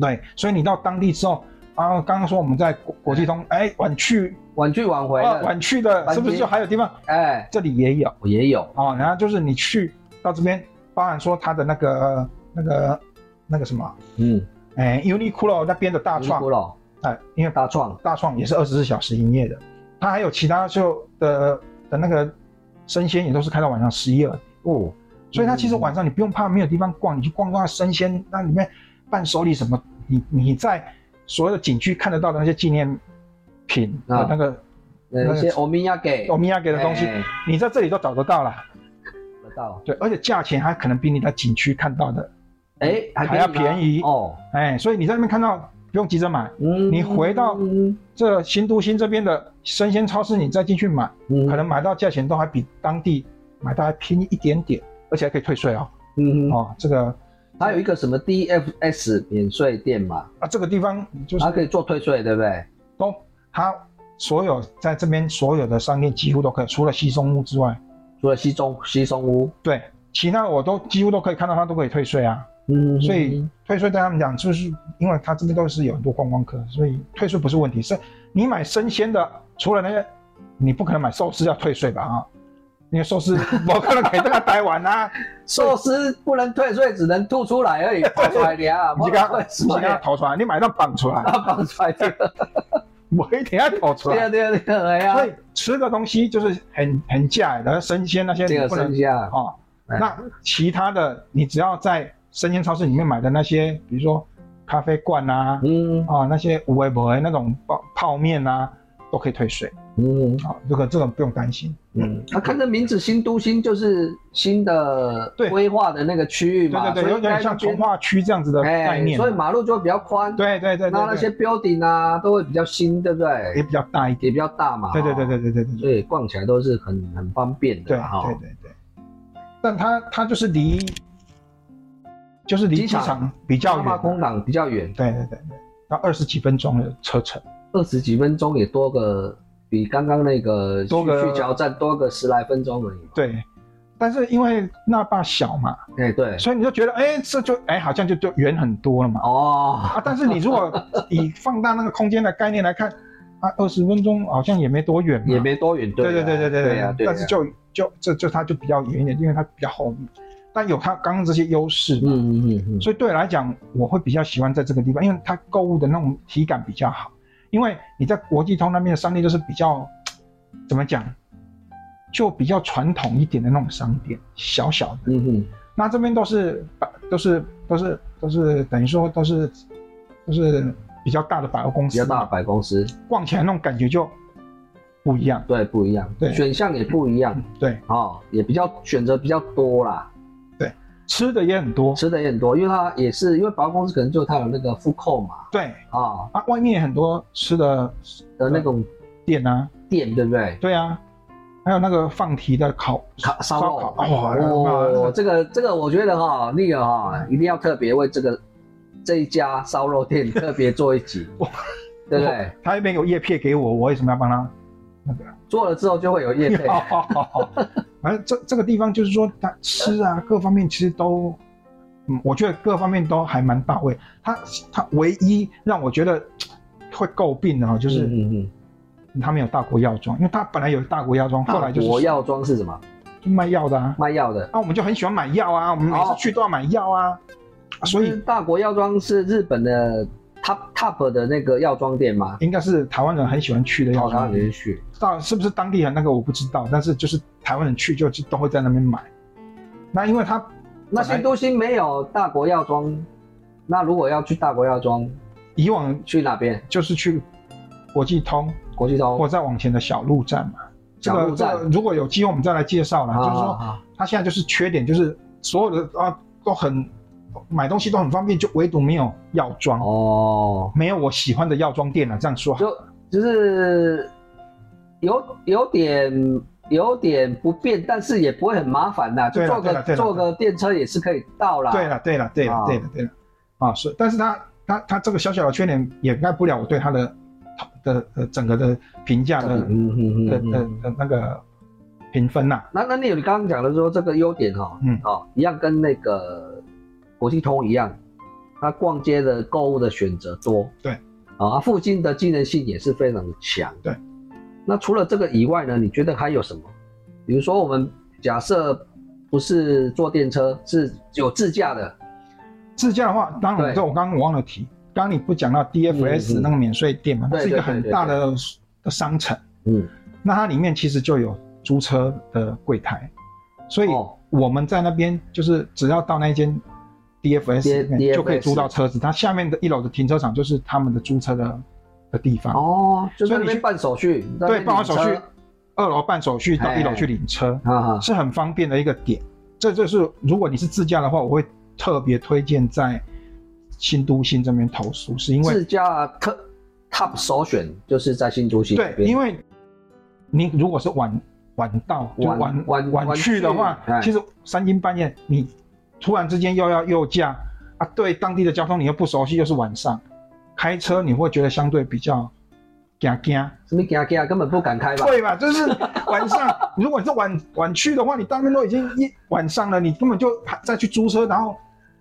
Speaker 5: 对，所以你到当地之后，啊，刚刚说我们在国国际通，哎，晚去
Speaker 1: 晚去晚回
Speaker 5: 啊
Speaker 1: 了，
Speaker 5: 晚去的，
Speaker 1: 晚
Speaker 5: 是不是
Speaker 1: 去
Speaker 5: 就还有地方？
Speaker 1: 哎，
Speaker 5: 这里也有
Speaker 1: 我也有，
Speaker 5: 啊、哦然后就是你去到这边，包含说它的那个那个那个什么，
Speaker 1: 嗯，
Speaker 5: 哎，Uniqlo 那边的大创
Speaker 1: 古，老
Speaker 5: 哎，因为
Speaker 1: 大创，
Speaker 5: 大创也是二十四小时营业的，它还有其他就的的那个生鲜也都是开到晚上十一二，
Speaker 1: 哦，
Speaker 5: 所以它其实晚上你不用怕没有地方逛，你去逛逛生鲜，那里面伴手礼什么，你你在所有的景区看得到的那些纪念品
Speaker 1: 啊
Speaker 5: 的那个
Speaker 1: 呃，一些欧米亚给，
Speaker 5: 欧米亚给的东西
Speaker 1: 哎，
Speaker 5: 你在这里都找得到啦。
Speaker 1: 得到，
Speaker 5: 对，而且价钱还可能比你在景区看到的，
Speaker 1: 哎，
Speaker 5: 嗯还要便宜
Speaker 1: 吗哦，
Speaker 5: 哎，所以你在那边看到不用急着买，
Speaker 1: 嗯
Speaker 5: 你回到
Speaker 1: 嗯
Speaker 5: 这新都新这边的生鲜超市，你再进去买。
Speaker 1: 嗯
Speaker 5: 可能买到价钱都还比当地买到还便宜一点点，而且还可以退税哦。
Speaker 1: 嗯，
Speaker 5: 哦，这个
Speaker 1: 还有一个什么 DFS 免税店嘛，
Speaker 5: 啊，这个地方就是
Speaker 1: 它可以做退税，对不对？
Speaker 5: 都它所有在这边所有的商店几乎都可以，除了西松屋之外，
Speaker 1: 除了西中西松屋，
Speaker 5: 对，其他我都几乎都可以看到它都可以退税啊。
Speaker 1: 嗯
Speaker 5: 所以退税对他们讲，就是因为它这边都是有很多观光客，所以退税不是问题。是你买生鲜的，除了那些，你不可能买寿司要退税吧？啊，因为寿司 我可能给大家待完 啊，
Speaker 1: 寿司不能退税，只能吐出来而 已，跑出来的啊，
Speaker 5: 你就给他，
Speaker 1: 跑
Speaker 5: 你
Speaker 1: 出
Speaker 5: 就给他
Speaker 1: 来，
Speaker 5: 投出来，你买到绑出 来。
Speaker 1: 啊，放出 来，对啊
Speaker 5: 我一定要搞出
Speaker 1: 对啊
Speaker 5: 来。
Speaker 1: 对啊对啊，哎
Speaker 5: 所
Speaker 1: 呀，
Speaker 5: 以吃的东西就是很很假的生鲜那些
Speaker 1: 这
Speaker 5: 你
Speaker 1: 个
Speaker 5: 不
Speaker 1: 剩
Speaker 5: 能
Speaker 1: 下
Speaker 5: 啊、，哦。
Speaker 1: 哎
Speaker 5: 那其他的你只要在生鲜超市里面买的那些，比如说咖啡罐啊，
Speaker 1: 嗯
Speaker 5: 啊、那些无为不为那种泡泡面啊，都可以退税，
Speaker 1: 嗯
Speaker 5: 啊、这个这个不用担心。
Speaker 1: 嗯，那看这名字新都新就是新的
Speaker 5: 对
Speaker 1: 规划的那个区域
Speaker 5: 对对
Speaker 1: 嘛，所
Speaker 5: 对，
Speaker 1: 以
Speaker 5: 有点像从化区这样子的
Speaker 1: 哎，
Speaker 5: 概念。
Speaker 1: 所以马路就会比较宽，
Speaker 5: 对对对对
Speaker 1: 那那些
Speaker 5: 对，
Speaker 1: building 啊都会比较新，对不
Speaker 5: 也
Speaker 1: 对？
Speaker 5: 比较大一点。
Speaker 1: 也比较大嘛，
Speaker 5: 对对对
Speaker 1: 哦
Speaker 5: 对对对对对
Speaker 1: 所以逛起来都是很很方便
Speaker 5: 对
Speaker 1: 的哈。
Speaker 5: 对对对。但它它就是离，就是离
Speaker 1: 机
Speaker 5: 机
Speaker 1: 场
Speaker 5: 场比较
Speaker 1: 大
Speaker 5: 远
Speaker 1: 坝
Speaker 5: 啊。
Speaker 1: 空港比较远，
Speaker 5: 对对对对，要二十几分钟的车程。
Speaker 1: 二十几分钟也多个，比刚刚那个
Speaker 5: 多个
Speaker 1: 去桥站多个十来分钟而已。
Speaker 5: 对，但是因为那坝小嘛，
Speaker 1: 哎，对，
Speaker 5: 所以你就觉得，哎、这就哎、好像就就远很多了嘛。
Speaker 1: 哦，
Speaker 5: 啊，但是你 如果以放大那个空间的概念来看，啊，二十分钟好像也没多远嘛。
Speaker 1: 也没多远，
Speaker 5: 对
Speaker 1: 啊
Speaker 5: 对对对对
Speaker 1: 对啊对啊
Speaker 5: 但是就就这就它就比较远一点，因为它比较后面，但有它刚刚这些优势嘛。
Speaker 1: 嗯嗯嗯嗯，
Speaker 5: 所以对我来讲，我会比较喜欢在这个地方，因为它购物的那种体感比较好。因为你在国际通那边的商店就是比较，怎么讲，就比较传统一点的那种商店，小小的。
Speaker 1: 嗯嗯，
Speaker 5: 那这边都是百，都是都是都是等于说都是都是比较大的百货公
Speaker 1: 比
Speaker 5: 司，
Speaker 1: 较大的，百公司，
Speaker 5: 逛起来那种感觉就不一样。
Speaker 1: 对，不一样，
Speaker 5: 对
Speaker 1: 选项也不一样
Speaker 5: 嗯，对，
Speaker 1: 哦，也比较选择比较多啦，
Speaker 5: 吃的也很多，
Speaker 1: 吃的也很多，因为它也是因为百货公司可能就它有那个复扣嘛，
Speaker 5: 对
Speaker 1: 啊
Speaker 5: 啊，外面也很多吃的
Speaker 1: 的那种
Speaker 5: 店啊，
Speaker 1: 店，对不对？
Speaker 5: 对啊，还有那个放题的烤
Speaker 1: 烤烧肉，
Speaker 5: 烤哎嗯哇
Speaker 1: 哦，这个这个我觉得哈，那个哈一定要特别为这个这一家烧肉店特别做一 集，对不对？
Speaker 5: 他那边有叶片给我，我为什么要 帮他？
Speaker 1: 做了之后就会有业 配，
Speaker 5: 反哎正这这个地方就是说，他吃啊各方面其实都，嗯，我觉得各方面都还蛮到位。他他唯一让我觉得会诟病的哦，
Speaker 1: 就
Speaker 5: 就
Speaker 1: 是嗯嗯，
Speaker 5: 他没有大国药妆，因为他本来有大国药妆，后来就是
Speaker 1: 我药妆是什么？
Speaker 5: 就卖药的啊，
Speaker 1: 卖药的。
Speaker 5: 啊，我们就很喜欢买药啊，我们每次
Speaker 1: 哦嗯
Speaker 5: 去都要买药啊，啊所
Speaker 1: 就是
Speaker 5: 以
Speaker 1: 大国药妆是日本的 top top 的那个药妆店吗？哦
Speaker 5: 应该是台湾人很喜欢去的药
Speaker 1: 好，然
Speaker 5: 妆
Speaker 1: 后你
Speaker 5: 店
Speaker 1: 就。去，
Speaker 5: 到是不是当地人那个我不知道，但是就是台湾人去就就都会在那边买。那因为他
Speaker 1: 那
Speaker 5: 本来
Speaker 1: 新都心没有大国药妆，那如果要去大国药妆，
Speaker 5: 以往
Speaker 1: 去哪边？
Speaker 5: 就是去国际通
Speaker 1: 国际
Speaker 5: 或
Speaker 1: 通。
Speaker 5: 再往前的小路站嘛。这
Speaker 1: 小
Speaker 5: 个
Speaker 1: 路站
Speaker 5: 这个如果有机会我们再来介绍啦。就是说
Speaker 1: 啊，
Speaker 5: 它现在就是缺点，就是所有的啊都很买东西都很方便，就唯独没有药妆，
Speaker 1: 哦，
Speaker 5: 没有我喜欢的药妆店了、啊这样说好，
Speaker 1: 就就是有有点有点不便，但是也不会很麻烦啦，就
Speaker 5: 对啦
Speaker 1: 坐
Speaker 5: 对啦
Speaker 1: 个
Speaker 5: 对啦
Speaker 1: 坐个电车也是可以到啦。
Speaker 5: 对了，对了，对了
Speaker 1: 啊，
Speaker 5: 对了，对了，啊，是，但是他他他这个小小的缺点掩盖不了我对他的的呃整个的评价的
Speaker 1: 嗯嗯
Speaker 5: 的
Speaker 1: 嗯
Speaker 5: 的
Speaker 1: 嗯。
Speaker 5: 的那个评分呐、
Speaker 1: 那那你有你刚刚讲的说这个优点哦，
Speaker 5: 嗯
Speaker 1: 哦，一样跟那个国际通一样，它逛街的购物的选择多，
Speaker 5: 对
Speaker 1: 啊，啊，附近的机能性也是非常的强，
Speaker 5: 对。
Speaker 1: 那除了这个以外呢，你觉得还有什么？比如说我们假设不是坐电车，是有自驾的，
Speaker 5: 自驾的话，当然
Speaker 1: 对
Speaker 5: 这我刚刚忘了提，刚刚你不讲到
Speaker 1: 嗯
Speaker 5: DFS
Speaker 1: 嗯
Speaker 5: 那个免税店嘛，它
Speaker 1: 对
Speaker 5: 是一个
Speaker 1: 对对
Speaker 5: 很
Speaker 1: 对
Speaker 5: 大的的商城，
Speaker 1: 嗯，
Speaker 5: 那它里面其实就有租车的柜台，所以
Speaker 1: 哦
Speaker 5: 我们在那边就是只要到那一间 DFS 里
Speaker 1: D-
Speaker 5: 面就可以
Speaker 1: DFS
Speaker 5: 租到车子，它下面的一楼的停车场就是他们的租车的的地方。
Speaker 1: 哦，就在那
Speaker 5: 所以你
Speaker 1: 边
Speaker 5: 去
Speaker 1: 办手续，在那
Speaker 5: 对，
Speaker 1: 边
Speaker 5: 办完
Speaker 1: 领
Speaker 5: 手
Speaker 1: 车
Speaker 5: 续，二楼办手续到
Speaker 1: 哎
Speaker 5: 一楼去领车，
Speaker 1: 啊啊，
Speaker 5: 是很方便的一个点。这就是如果你是自驾的话，我会特别推荐在新都新这边投诉，是因为
Speaker 1: 自驾特 top 首选就是在新竹溪
Speaker 5: 对
Speaker 1: 这，边
Speaker 5: 因为你如果是晚晚到就
Speaker 1: 晚
Speaker 5: 晚
Speaker 1: 晚
Speaker 5: 晚
Speaker 1: 晚
Speaker 5: 去的话
Speaker 1: 去哎，
Speaker 5: 其实三更半夜你突然之间又要右驾啊，对当地的交通你又不熟悉，又是晚上开车，你会觉得相对比较惊惊。
Speaker 1: 什么行行根本不敢开 吧？
Speaker 5: 对吧？就是晚上， 如果你是晚晚去的话，你当天都已经一晚上了，你根本就还再去租车，然后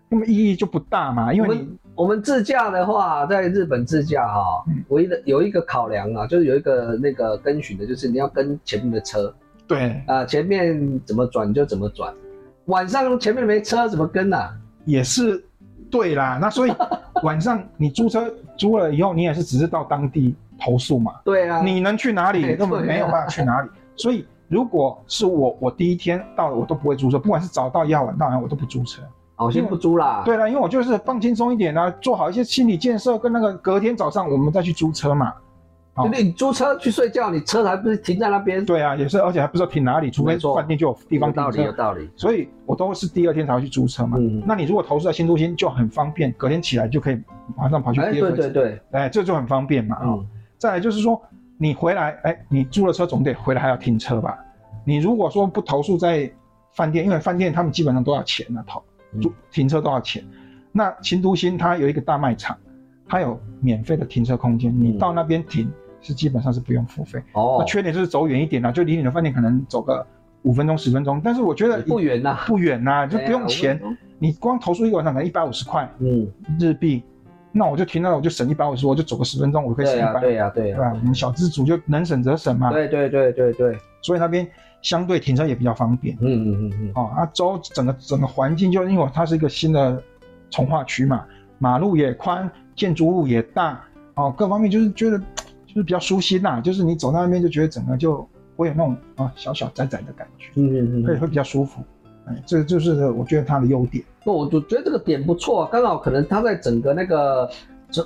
Speaker 5: 根本意义就不大嘛，因
Speaker 1: 我
Speaker 5: 为
Speaker 1: 们
Speaker 5: 你
Speaker 1: 我们自驾的话，在日本自驾哈、
Speaker 5: 嗯
Speaker 1: 唯一的有一个考量啊，就是有一个那个跟循的，就是你要跟前面的车
Speaker 5: 对
Speaker 1: 啊、前面怎么转就怎么转。晚上前面没车怎么跟啊？
Speaker 5: 也是对啦。那所以晚上你租车租了以后，你也是只是到当地投诉嘛，
Speaker 1: 对 啊，
Speaker 5: 你能去哪里？
Speaker 1: 哎
Speaker 5: 你根本
Speaker 1: 对啊
Speaker 5: 没有办法去哪里。所以如果是我，我第一天到了，我都不会租车，不管是早到夜晚到，我都不租车。
Speaker 1: 哦我先不租啦。
Speaker 5: 对了，因为我啊就是放轻松一点啊，做好一些心理建设，跟那个隔天早上我们再去租车嘛。好
Speaker 1: 就是你租车去睡觉，你车还不是停在那边？
Speaker 5: 对啊，也是，而且还不知道停哪里，除非
Speaker 1: 没错
Speaker 5: 饭店就有地方
Speaker 1: 有道
Speaker 5: 停
Speaker 1: 理，有
Speaker 5: 车，
Speaker 1: 道理。
Speaker 5: 所以我都是第二天才会去租车嘛。
Speaker 1: 嗯，
Speaker 5: 那你如果投资在新都心就很方便，隔天起来就可以马上跑去
Speaker 1: 哎，
Speaker 5: 第二
Speaker 1: 对
Speaker 5: 个，
Speaker 1: 对对，
Speaker 5: 哎，这就很方便嘛。啊、
Speaker 1: 嗯，
Speaker 5: 再来就是说，你回来，哎，你租了车总得回来还要停车吧？你如果说不投诉在饭店，因为饭店他们基本上都要钱啊，投
Speaker 1: 嗯
Speaker 5: 租停车都要钱。那秦都新它有一个大卖场，它有免费的停车空间，你
Speaker 1: 嗯
Speaker 5: 到那边停是基本上是不用付费。那
Speaker 1: 哦，
Speaker 5: 缺点就是走远一点啊啦、就离你的饭店可能走个五分钟十分钟，但是我觉得
Speaker 1: 也不远呐
Speaker 5: 不远呐、就
Speaker 1: 哎呀
Speaker 5: 不用钱，。
Speaker 1: 我
Speaker 5: 你光投诉一个晚上可能一百五十块
Speaker 1: 嗯，
Speaker 5: 日币，那我就停那我就省一百五十，我就走个十分钟，我可以省
Speaker 1: 对
Speaker 5: 一
Speaker 1: 呀，
Speaker 5: 百。
Speaker 1: 对呀，对
Speaker 5: 对
Speaker 1: 呀，
Speaker 5: 吧？我们小资主就能省则省嘛，
Speaker 1: 对对对对对，
Speaker 5: 所以那边相对停车也比较方便
Speaker 1: 嗯嗯嗯
Speaker 5: 哦。啊，周整个整个环境就因为它是一个新的从化区嘛，马路也宽，建筑物也大哦，各方面就是觉得就是比较舒心啦、就是你走到那边就觉得整个就会有那种啊小小窄窄的感觉，
Speaker 1: 嗯嗯嗯
Speaker 5: 会
Speaker 1: 嗯。
Speaker 5: 会比较舒服。哎，这就是我觉得它的优点。
Speaker 1: 那我就觉得这个点不错，啊刚好可能它在整个那个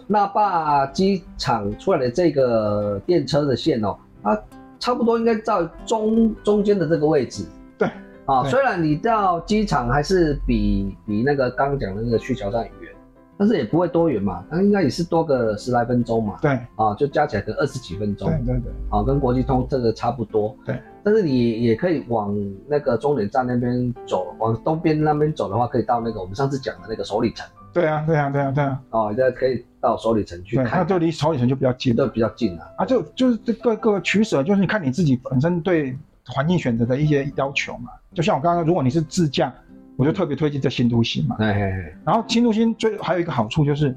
Speaker 1: 那霸机场出来的这个电车的线哦，它差不多应该到中中间的这个位置。
Speaker 5: 对，
Speaker 1: 啊，
Speaker 5: 对
Speaker 1: 虽然你到机场还是比比那个刚刚讲的那个去桥站远，但是也不会多远嘛，它应该也是多个十来分钟嘛，
Speaker 5: 对
Speaker 1: 啊，就加起来可能二十几分
Speaker 5: 对
Speaker 1: 钟。
Speaker 5: 对对，
Speaker 1: 啊，跟国际通这个差不多。
Speaker 5: 对，
Speaker 1: 但是你也可以往那个终点站那边走，往东边那边走的话，可以到那个我们上次讲的那个首里城
Speaker 5: 对啊对啊对啊对啊，
Speaker 1: 啊，大家可以到首里城去
Speaker 5: 对，那
Speaker 1: 看，
Speaker 5: 就离朝里城就比较近。
Speaker 1: 都比较近啊。
Speaker 5: 啊，就就是这各个取舍，就是你看你自己本身对环境选择的一些要求嘛。就像我刚刚，如果你是自驾，我就特别推荐这新都心嘛。
Speaker 1: 哎嘿嘿，
Speaker 5: 然后新都心最还有一个好处就是，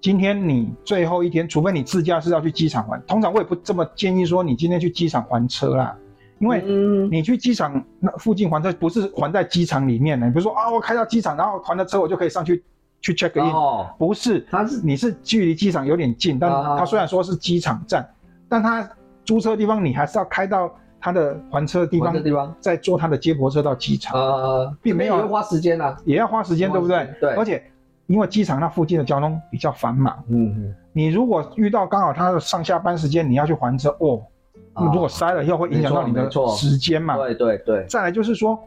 Speaker 5: 今天你最后一天，除非你自驾是要去机场玩，通常我也不这么建议说你今天去机场还车啦，因为
Speaker 1: 嗯，
Speaker 5: 你去机场那附近还车不是还在机场里面的，你不是说啊我开到机场，然后还了车我就可以上去去 check in，、
Speaker 1: 哦，
Speaker 5: 不是，
Speaker 1: 它是
Speaker 5: 你是距离机场有点近，但
Speaker 1: 啊
Speaker 5: 它虽然说是机场站，但它租车地方你还是要开到它的还车的地
Speaker 1: 玩
Speaker 5: 方
Speaker 1: 的，地方，
Speaker 5: 再坐它的接驳车到机场，
Speaker 1: 呃，
Speaker 5: 并没有
Speaker 1: 这边也会花时间啊。
Speaker 5: 也要花时间，
Speaker 1: 花
Speaker 5: 对
Speaker 1: 时
Speaker 5: 不
Speaker 1: 间
Speaker 5: 对？
Speaker 1: 对
Speaker 5: 而且因为机场那附近的交通比较繁忙，
Speaker 1: 嗯
Speaker 5: 你如果遇到刚好它的上下班时间，你要去还车哦，
Speaker 1: 嗯，啊
Speaker 5: 如果塞了又会影响到你
Speaker 1: 没
Speaker 5: 的
Speaker 1: 错没错
Speaker 5: 时间嘛。
Speaker 1: 对对对，
Speaker 5: 再来就是说，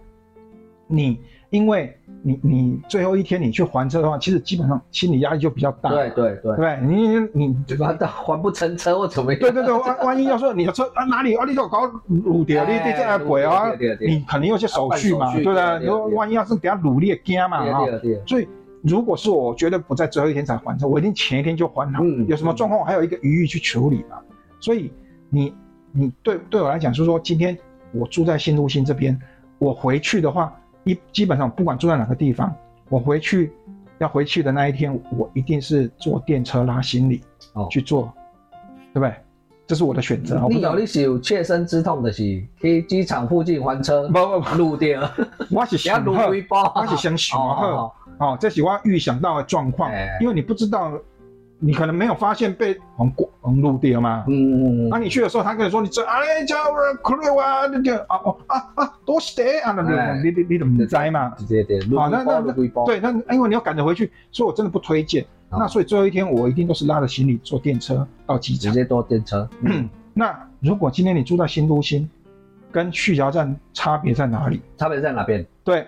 Speaker 5: 你因为你你最后一天你去还车的话，其实基本上心理压力就比较大，
Speaker 1: 对
Speaker 5: 对
Speaker 1: 对对
Speaker 5: 不，对？你你你
Speaker 1: 对吧？到还不成车或怎么样？
Speaker 5: 对对对，万万一要说你的车啊哪里啊，你有搞卤掉，你
Speaker 1: 哎
Speaker 5: 你这样鬼啊
Speaker 1: 对对，对
Speaker 5: 你肯定有些手续嘛，
Speaker 1: 办手续
Speaker 5: 对不
Speaker 1: 对对对
Speaker 5: 对？你说万一要是等下卤，你也惊嘛
Speaker 1: 对
Speaker 5: 啊
Speaker 1: 对。对对，
Speaker 5: 所以如果是我，我绝对不在最后一天才还车，我一定前一天就还好
Speaker 1: 嗯。
Speaker 5: 有什么状况，我还有一个余裕去处理嘛。所以你你对对我来讲，就是说今天我住在新都新这边，我回去的话，一基本上不管住在哪个地方，我回去要回去的那一天，我一定是坐电车拉行李。
Speaker 1: 哦，
Speaker 5: 去做，对不对？这是我的选择。我不
Speaker 1: 你
Speaker 5: 知道
Speaker 1: 有你是有切身之痛的是，去机场附近还车，
Speaker 5: 不不
Speaker 1: 路掉，
Speaker 5: 不，我是
Speaker 1: 也
Speaker 5: 想
Speaker 1: 路
Speaker 5: 好
Speaker 1: 几包，
Speaker 5: 我是想想好
Speaker 1: 哦，
Speaker 5: 啊哦，这是我预想到的状况
Speaker 1: 哎，
Speaker 5: 因为你不知道，你可能没有发现被红过红路掉嘛。
Speaker 1: 嗯嗯
Speaker 5: 那
Speaker 1: 嗯，
Speaker 5: 你去的时候，他跟你说你这啊，叫我苦了啊，你就啊哦啊啊，多谁啊？那
Speaker 1: 哎嗯
Speaker 5: 你你你怎么摘嘛？
Speaker 1: 对对对，路
Speaker 5: 好那
Speaker 1: 几包
Speaker 5: 那
Speaker 1: 路几包，
Speaker 5: 对，那因为你要赶着回去，所以我真的不推荐。
Speaker 1: 哦
Speaker 5: 那所以最后一天，我一定都是拉着行李坐电车到机
Speaker 1: 直
Speaker 5: 场。
Speaker 1: 接坐电车，嗯，
Speaker 5: 那如果今天你住在新都心，跟去桥站差别在哪里？
Speaker 1: 差别在哪边？
Speaker 5: 对，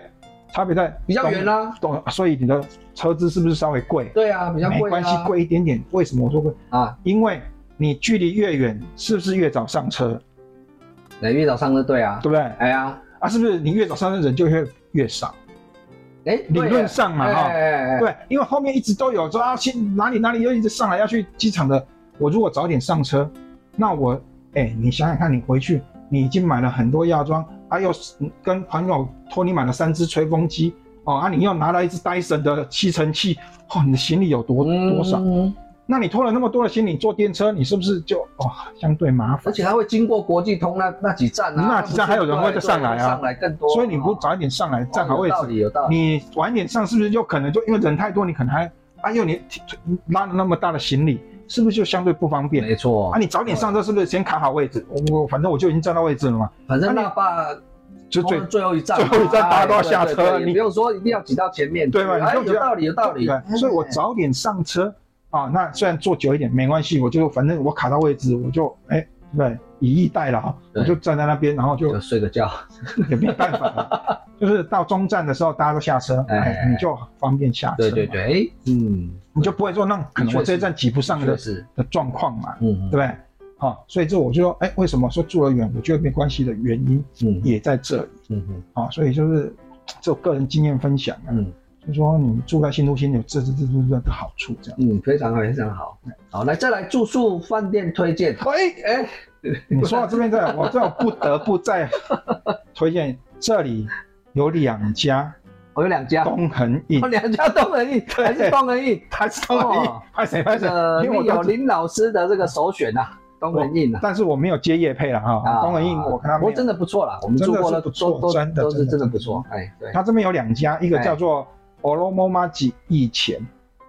Speaker 5: 差别在
Speaker 1: 比较远
Speaker 5: 啊。
Speaker 1: 啦，
Speaker 5: 懂，所以你的车资是不是稍微贵？
Speaker 1: 对啊，比较
Speaker 5: 没
Speaker 1: 贵
Speaker 5: 关系，
Speaker 1: 啊
Speaker 5: 贵一点点。为什么我说贵？
Speaker 1: 啊，
Speaker 5: 因为你距离越远，是不是越早上车？
Speaker 1: 人越早上车对啊
Speaker 5: 对，不对？
Speaker 1: 哎呀，
Speaker 5: 啊，是不是你越早上车人就越越少？
Speaker 1: 哎，
Speaker 5: 理论上嘛，哈、
Speaker 1: 哈，
Speaker 5: 对，因为后面一直都有说啊，新哪里哪里又一直上来要去机场的，我如果早点上车，那我哎、你想想看，你回去你已经买了很多药妆，啊又是跟朋友托你买了三只吹风机，哦啊你又拿了一只戴森的吸尘器，哦你的行李有多
Speaker 1: 嗯
Speaker 5: 多少？？那你拖了那么多的行李坐电车，你是不是就哦相对麻
Speaker 1: 而
Speaker 5: 烦？
Speaker 1: 且它会经过国际通那那几站啊，
Speaker 5: 那几站还有人会再上来啊
Speaker 1: 对对上来更多，
Speaker 5: 所以你不
Speaker 1: 哦
Speaker 5: 早一点上来站好位
Speaker 1: 有道
Speaker 5: 置，
Speaker 1: 理有道理，
Speaker 5: 你晚点上是不是就可能就因为人太多，你可能还哎呦你拉了那么大的行李，是不是就相对不方便？
Speaker 1: 没错
Speaker 5: 啊，，你早点上车是不是先卡好位置？我我反正我就已经占到位置了嘛，
Speaker 1: 反正
Speaker 5: 那啊你
Speaker 1: 那爸
Speaker 5: 就
Speaker 1: 通
Speaker 5: 最
Speaker 1: 常最后一站嘛，
Speaker 5: 最后一站大家都要
Speaker 1: 哎对
Speaker 5: 下
Speaker 1: 对
Speaker 5: 车
Speaker 1: 对也
Speaker 5: 你
Speaker 1: 不用说一定要挤到前面去，
Speaker 5: 对嘛你
Speaker 1: 哎，
Speaker 5: 就觉
Speaker 1: 有
Speaker 5: 得
Speaker 1: 道理，有道理。
Speaker 5: 对，所以我早点上车啊，那虽然坐久一点没关系，我就反正我卡到位置，我就哎、对，以逸待劳，
Speaker 1: 对
Speaker 5: 我就站在那边，然后就
Speaker 1: 就睡个觉。
Speaker 5: 也没办法了。就是到中站的时候，大家都下车，
Speaker 1: 哎
Speaker 5: 哎、
Speaker 1: 哎
Speaker 5: 你就方便下车，
Speaker 1: 对对，对，哎，嗯，
Speaker 5: 你就不会说那种可能我这一站挤不上
Speaker 1: 确
Speaker 5: 的
Speaker 1: 实，
Speaker 5: 的状况嘛，
Speaker 1: 嗯
Speaker 5: 对不对？好、所以这我就说，哎、为什么说住得远，我觉得没关系的原因
Speaker 1: 嗯嗯
Speaker 5: 也在这里
Speaker 1: 嗯
Speaker 5: 啊、所以就是这我个人经验分享啊，
Speaker 1: 嗯
Speaker 5: 就说你住在新都心有这这这这这的好处，这样。
Speaker 1: 嗯，非常好，非常好。好，来再来住宿饭店推荐。
Speaker 5: 哎，
Speaker 1: 哎，
Speaker 5: 你说到这边在，我这不得不再推荐这里有 两家
Speaker 1: 我有两家，
Speaker 5: 东恒印
Speaker 1: 哦，两家东仁义还是东仁 义，
Speaker 5: 还是东恒印
Speaker 1: 哦，
Speaker 5: 拍谁拍
Speaker 1: 那
Speaker 5: 谁
Speaker 1: 个，
Speaker 5: 因为我
Speaker 1: 有
Speaker 5: 都知
Speaker 1: 林老师的这个首选呐，东仁义呐。
Speaker 5: 但是我没有接叶配了哈，东恒印我看他
Speaker 1: 啊不过
Speaker 5: 没
Speaker 1: 真
Speaker 5: 有，
Speaker 1: 的不错啦，我们
Speaker 5: 真
Speaker 1: 住
Speaker 5: 的
Speaker 1: 过
Speaker 5: 是
Speaker 1: 了，
Speaker 5: 不
Speaker 1: 都
Speaker 5: 错
Speaker 1: 都
Speaker 5: 真的
Speaker 1: 都是
Speaker 5: 真的
Speaker 1: 真的
Speaker 5: 真
Speaker 1: 不哎
Speaker 5: 的
Speaker 1: 错。哎，对，
Speaker 5: 他这边有两家，一个叫做 Oromomaji 以前，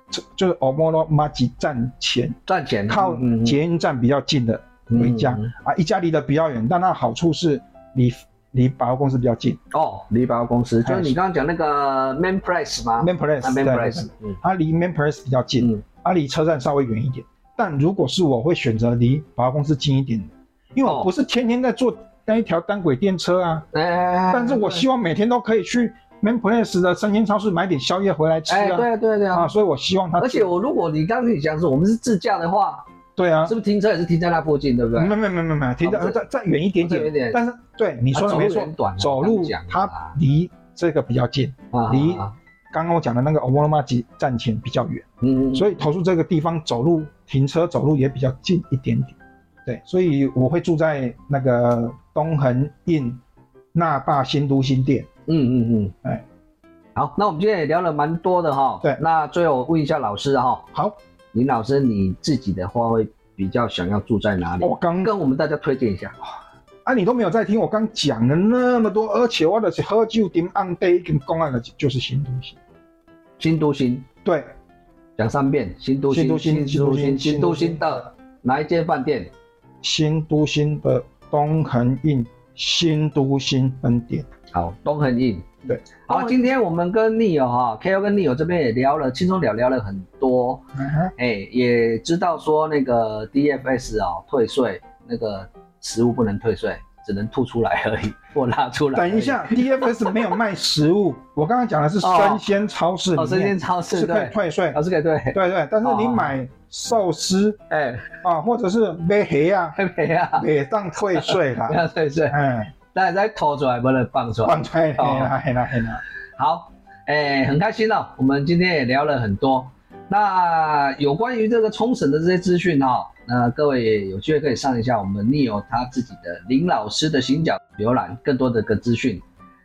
Speaker 5: 这就是 Oromomaji 站前
Speaker 1: 赚钱
Speaker 5: 靠
Speaker 1: 嗯嗯嗯
Speaker 5: 捷运站比较近的有一家
Speaker 1: 嗯嗯
Speaker 5: 啊，一家离得比较远，但它的好处是离离百货公司比较近
Speaker 1: 哦，离保公司就是
Speaker 5: 哎
Speaker 1: 你刚刚讲那个 Man Press 吗
Speaker 5: ，Man Place
Speaker 1: 啊 Man
Speaker 5: 对对
Speaker 1: Press，
Speaker 5: 对，
Speaker 1: 嗯
Speaker 5: 它离 Man Place 比较近。
Speaker 1: 嗯
Speaker 5: 啊，离车站稍微远一点。但如果是我会选择离百货公司近一点的，因为
Speaker 1: 哦
Speaker 5: 我不是天天在坐那一条单轨电车啊，
Speaker 1: 哎，
Speaker 5: 但是我希望每天都可以去 Man Place 的生鲜超市买点宵夜回来吃
Speaker 1: 哎，
Speaker 5: 啊。
Speaker 1: 对啊对啊对
Speaker 5: 啊，
Speaker 1: 啊。
Speaker 5: 所以我希望它
Speaker 1: 而且我如果你刚刚你讲说我们是自驾的话，
Speaker 5: 对啊嗯
Speaker 1: 是，不是停车也是停在那附近，对不对？
Speaker 5: 没没没没没，停
Speaker 1: 啊
Speaker 5: 的
Speaker 1: 不是
Speaker 5: 再再远一点
Speaker 1: 再远一点
Speaker 5: 点，但是对你说
Speaker 1: 啊走
Speaker 5: 的
Speaker 1: 路
Speaker 5: 没错
Speaker 1: 很短啊，
Speaker 5: 走
Speaker 1: 这
Speaker 5: 路
Speaker 1: 样讲啊
Speaker 5: 它离这个比较近，
Speaker 1: 啊
Speaker 5: 离
Speaker 1: 啊啊
Speaker 5: 刚刚我讲的那个 o m o n o m a j i 站前比较远。
Speaker 1: 嗯，
Speaker 5: 所
Speaker 1: 以
Speaker 5: 以投诉这个地方走路停车走路也比较近一点点。对，所以我会住在那个东横印那霸新都新店。
Speaker 1: 嗯嗯嗯，
Speaker 5: 哎，
Speaker 1: 好，那我们今天也聊了蛮多的哈。
Speaker 5: 对
Speaker 1: 那最后我问一下老师哈，
Speaker 5: 好，
Speaker 1: 林老师你自己的话会比较想要住在哪里？
Speaker 5: 哦我刚
Speaker 1: 跟我们大家推荐一下。
Speaker 5: 啊，你都没有在听我刚讲了那么多，而且我的是喝酒顶按 day 跟公安的就是新都新。
Speaker 1: 新都心
Speaker 5: 对，
Speaker 1: 讲三遍，新都心
Speaker 5: 新都心
Speaker 1: 新都心新
Speaker 5: 新
Speaker 1: 都
Speaker 5: 都心
Speaker 1: 心的哪一间饭店？
Speaker 5: 新都新的东横印新都新分店。
Speaker 1: 好，东恒印。
Speaker 5: 对，
Speaker 1: 好，今天我们跟 Neo 哈，KO 跟 Neo 这边也聊了，轻松聊聊了很多，
Speaker 5: 嗯哼
Speaker 1: 哎、也知道说那个 DFS 哦退税，那个食物不能退税，只能吐出来而已，或拉出来。
Speaker 5: 等一，下，DFS 没有卖食物，我刚刚讲的是生鲜超市里
Speaker 1: 哦，
Speaker 5: 面、
Speaker 1: 生鲜超市
Speaker 5: 是可以
Speaker 1: 对，哦
Speaker 5: 退税。
Speaker 1: 老师给对，
Speaker 5: 对对，但是你
Speaker 1: 哦
Speaker 5: 买寿司
Speaker 1: 哎，
Speaker 5: 啊，或者是买黑啊，
Speaker 1: 还没啊，
Speaker 5: 也当退税
Speaker 1: 不
Speaker 5: 啦。
Speaker 1: 要退税，
Speaker 5: 啊哎，
Speaker 1: 但再吐出来不能放出来。
Speaker 5: 放出来嘿啦嘿啦嘿啦，
Speaker 1: 好，哎、很开心哦，我们今天也聊了很多。那有关于这个冲绳的这些资讯哈、哦，那各位也有机会可以上一下我们 Neo 他自己的林老师的行脚浏览更多的个资讯。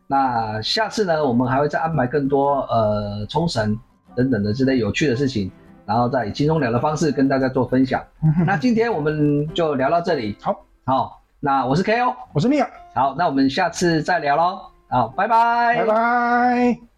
Speaker 1: 那下次呢，我们还会再安排更多呃冲绳等等的之类有趣的事情，然后再以轻松聊的方式跟大家做分 享。那今天我们就聊到这里，
Speaker 5: 好，
Speaker 1: 好、那我是 KO，
Speaker 5: 我是 Neil，
Speaker 1: 好，那我们下次再聊喽，好，拜拜，
Speaker 5: 拜拜。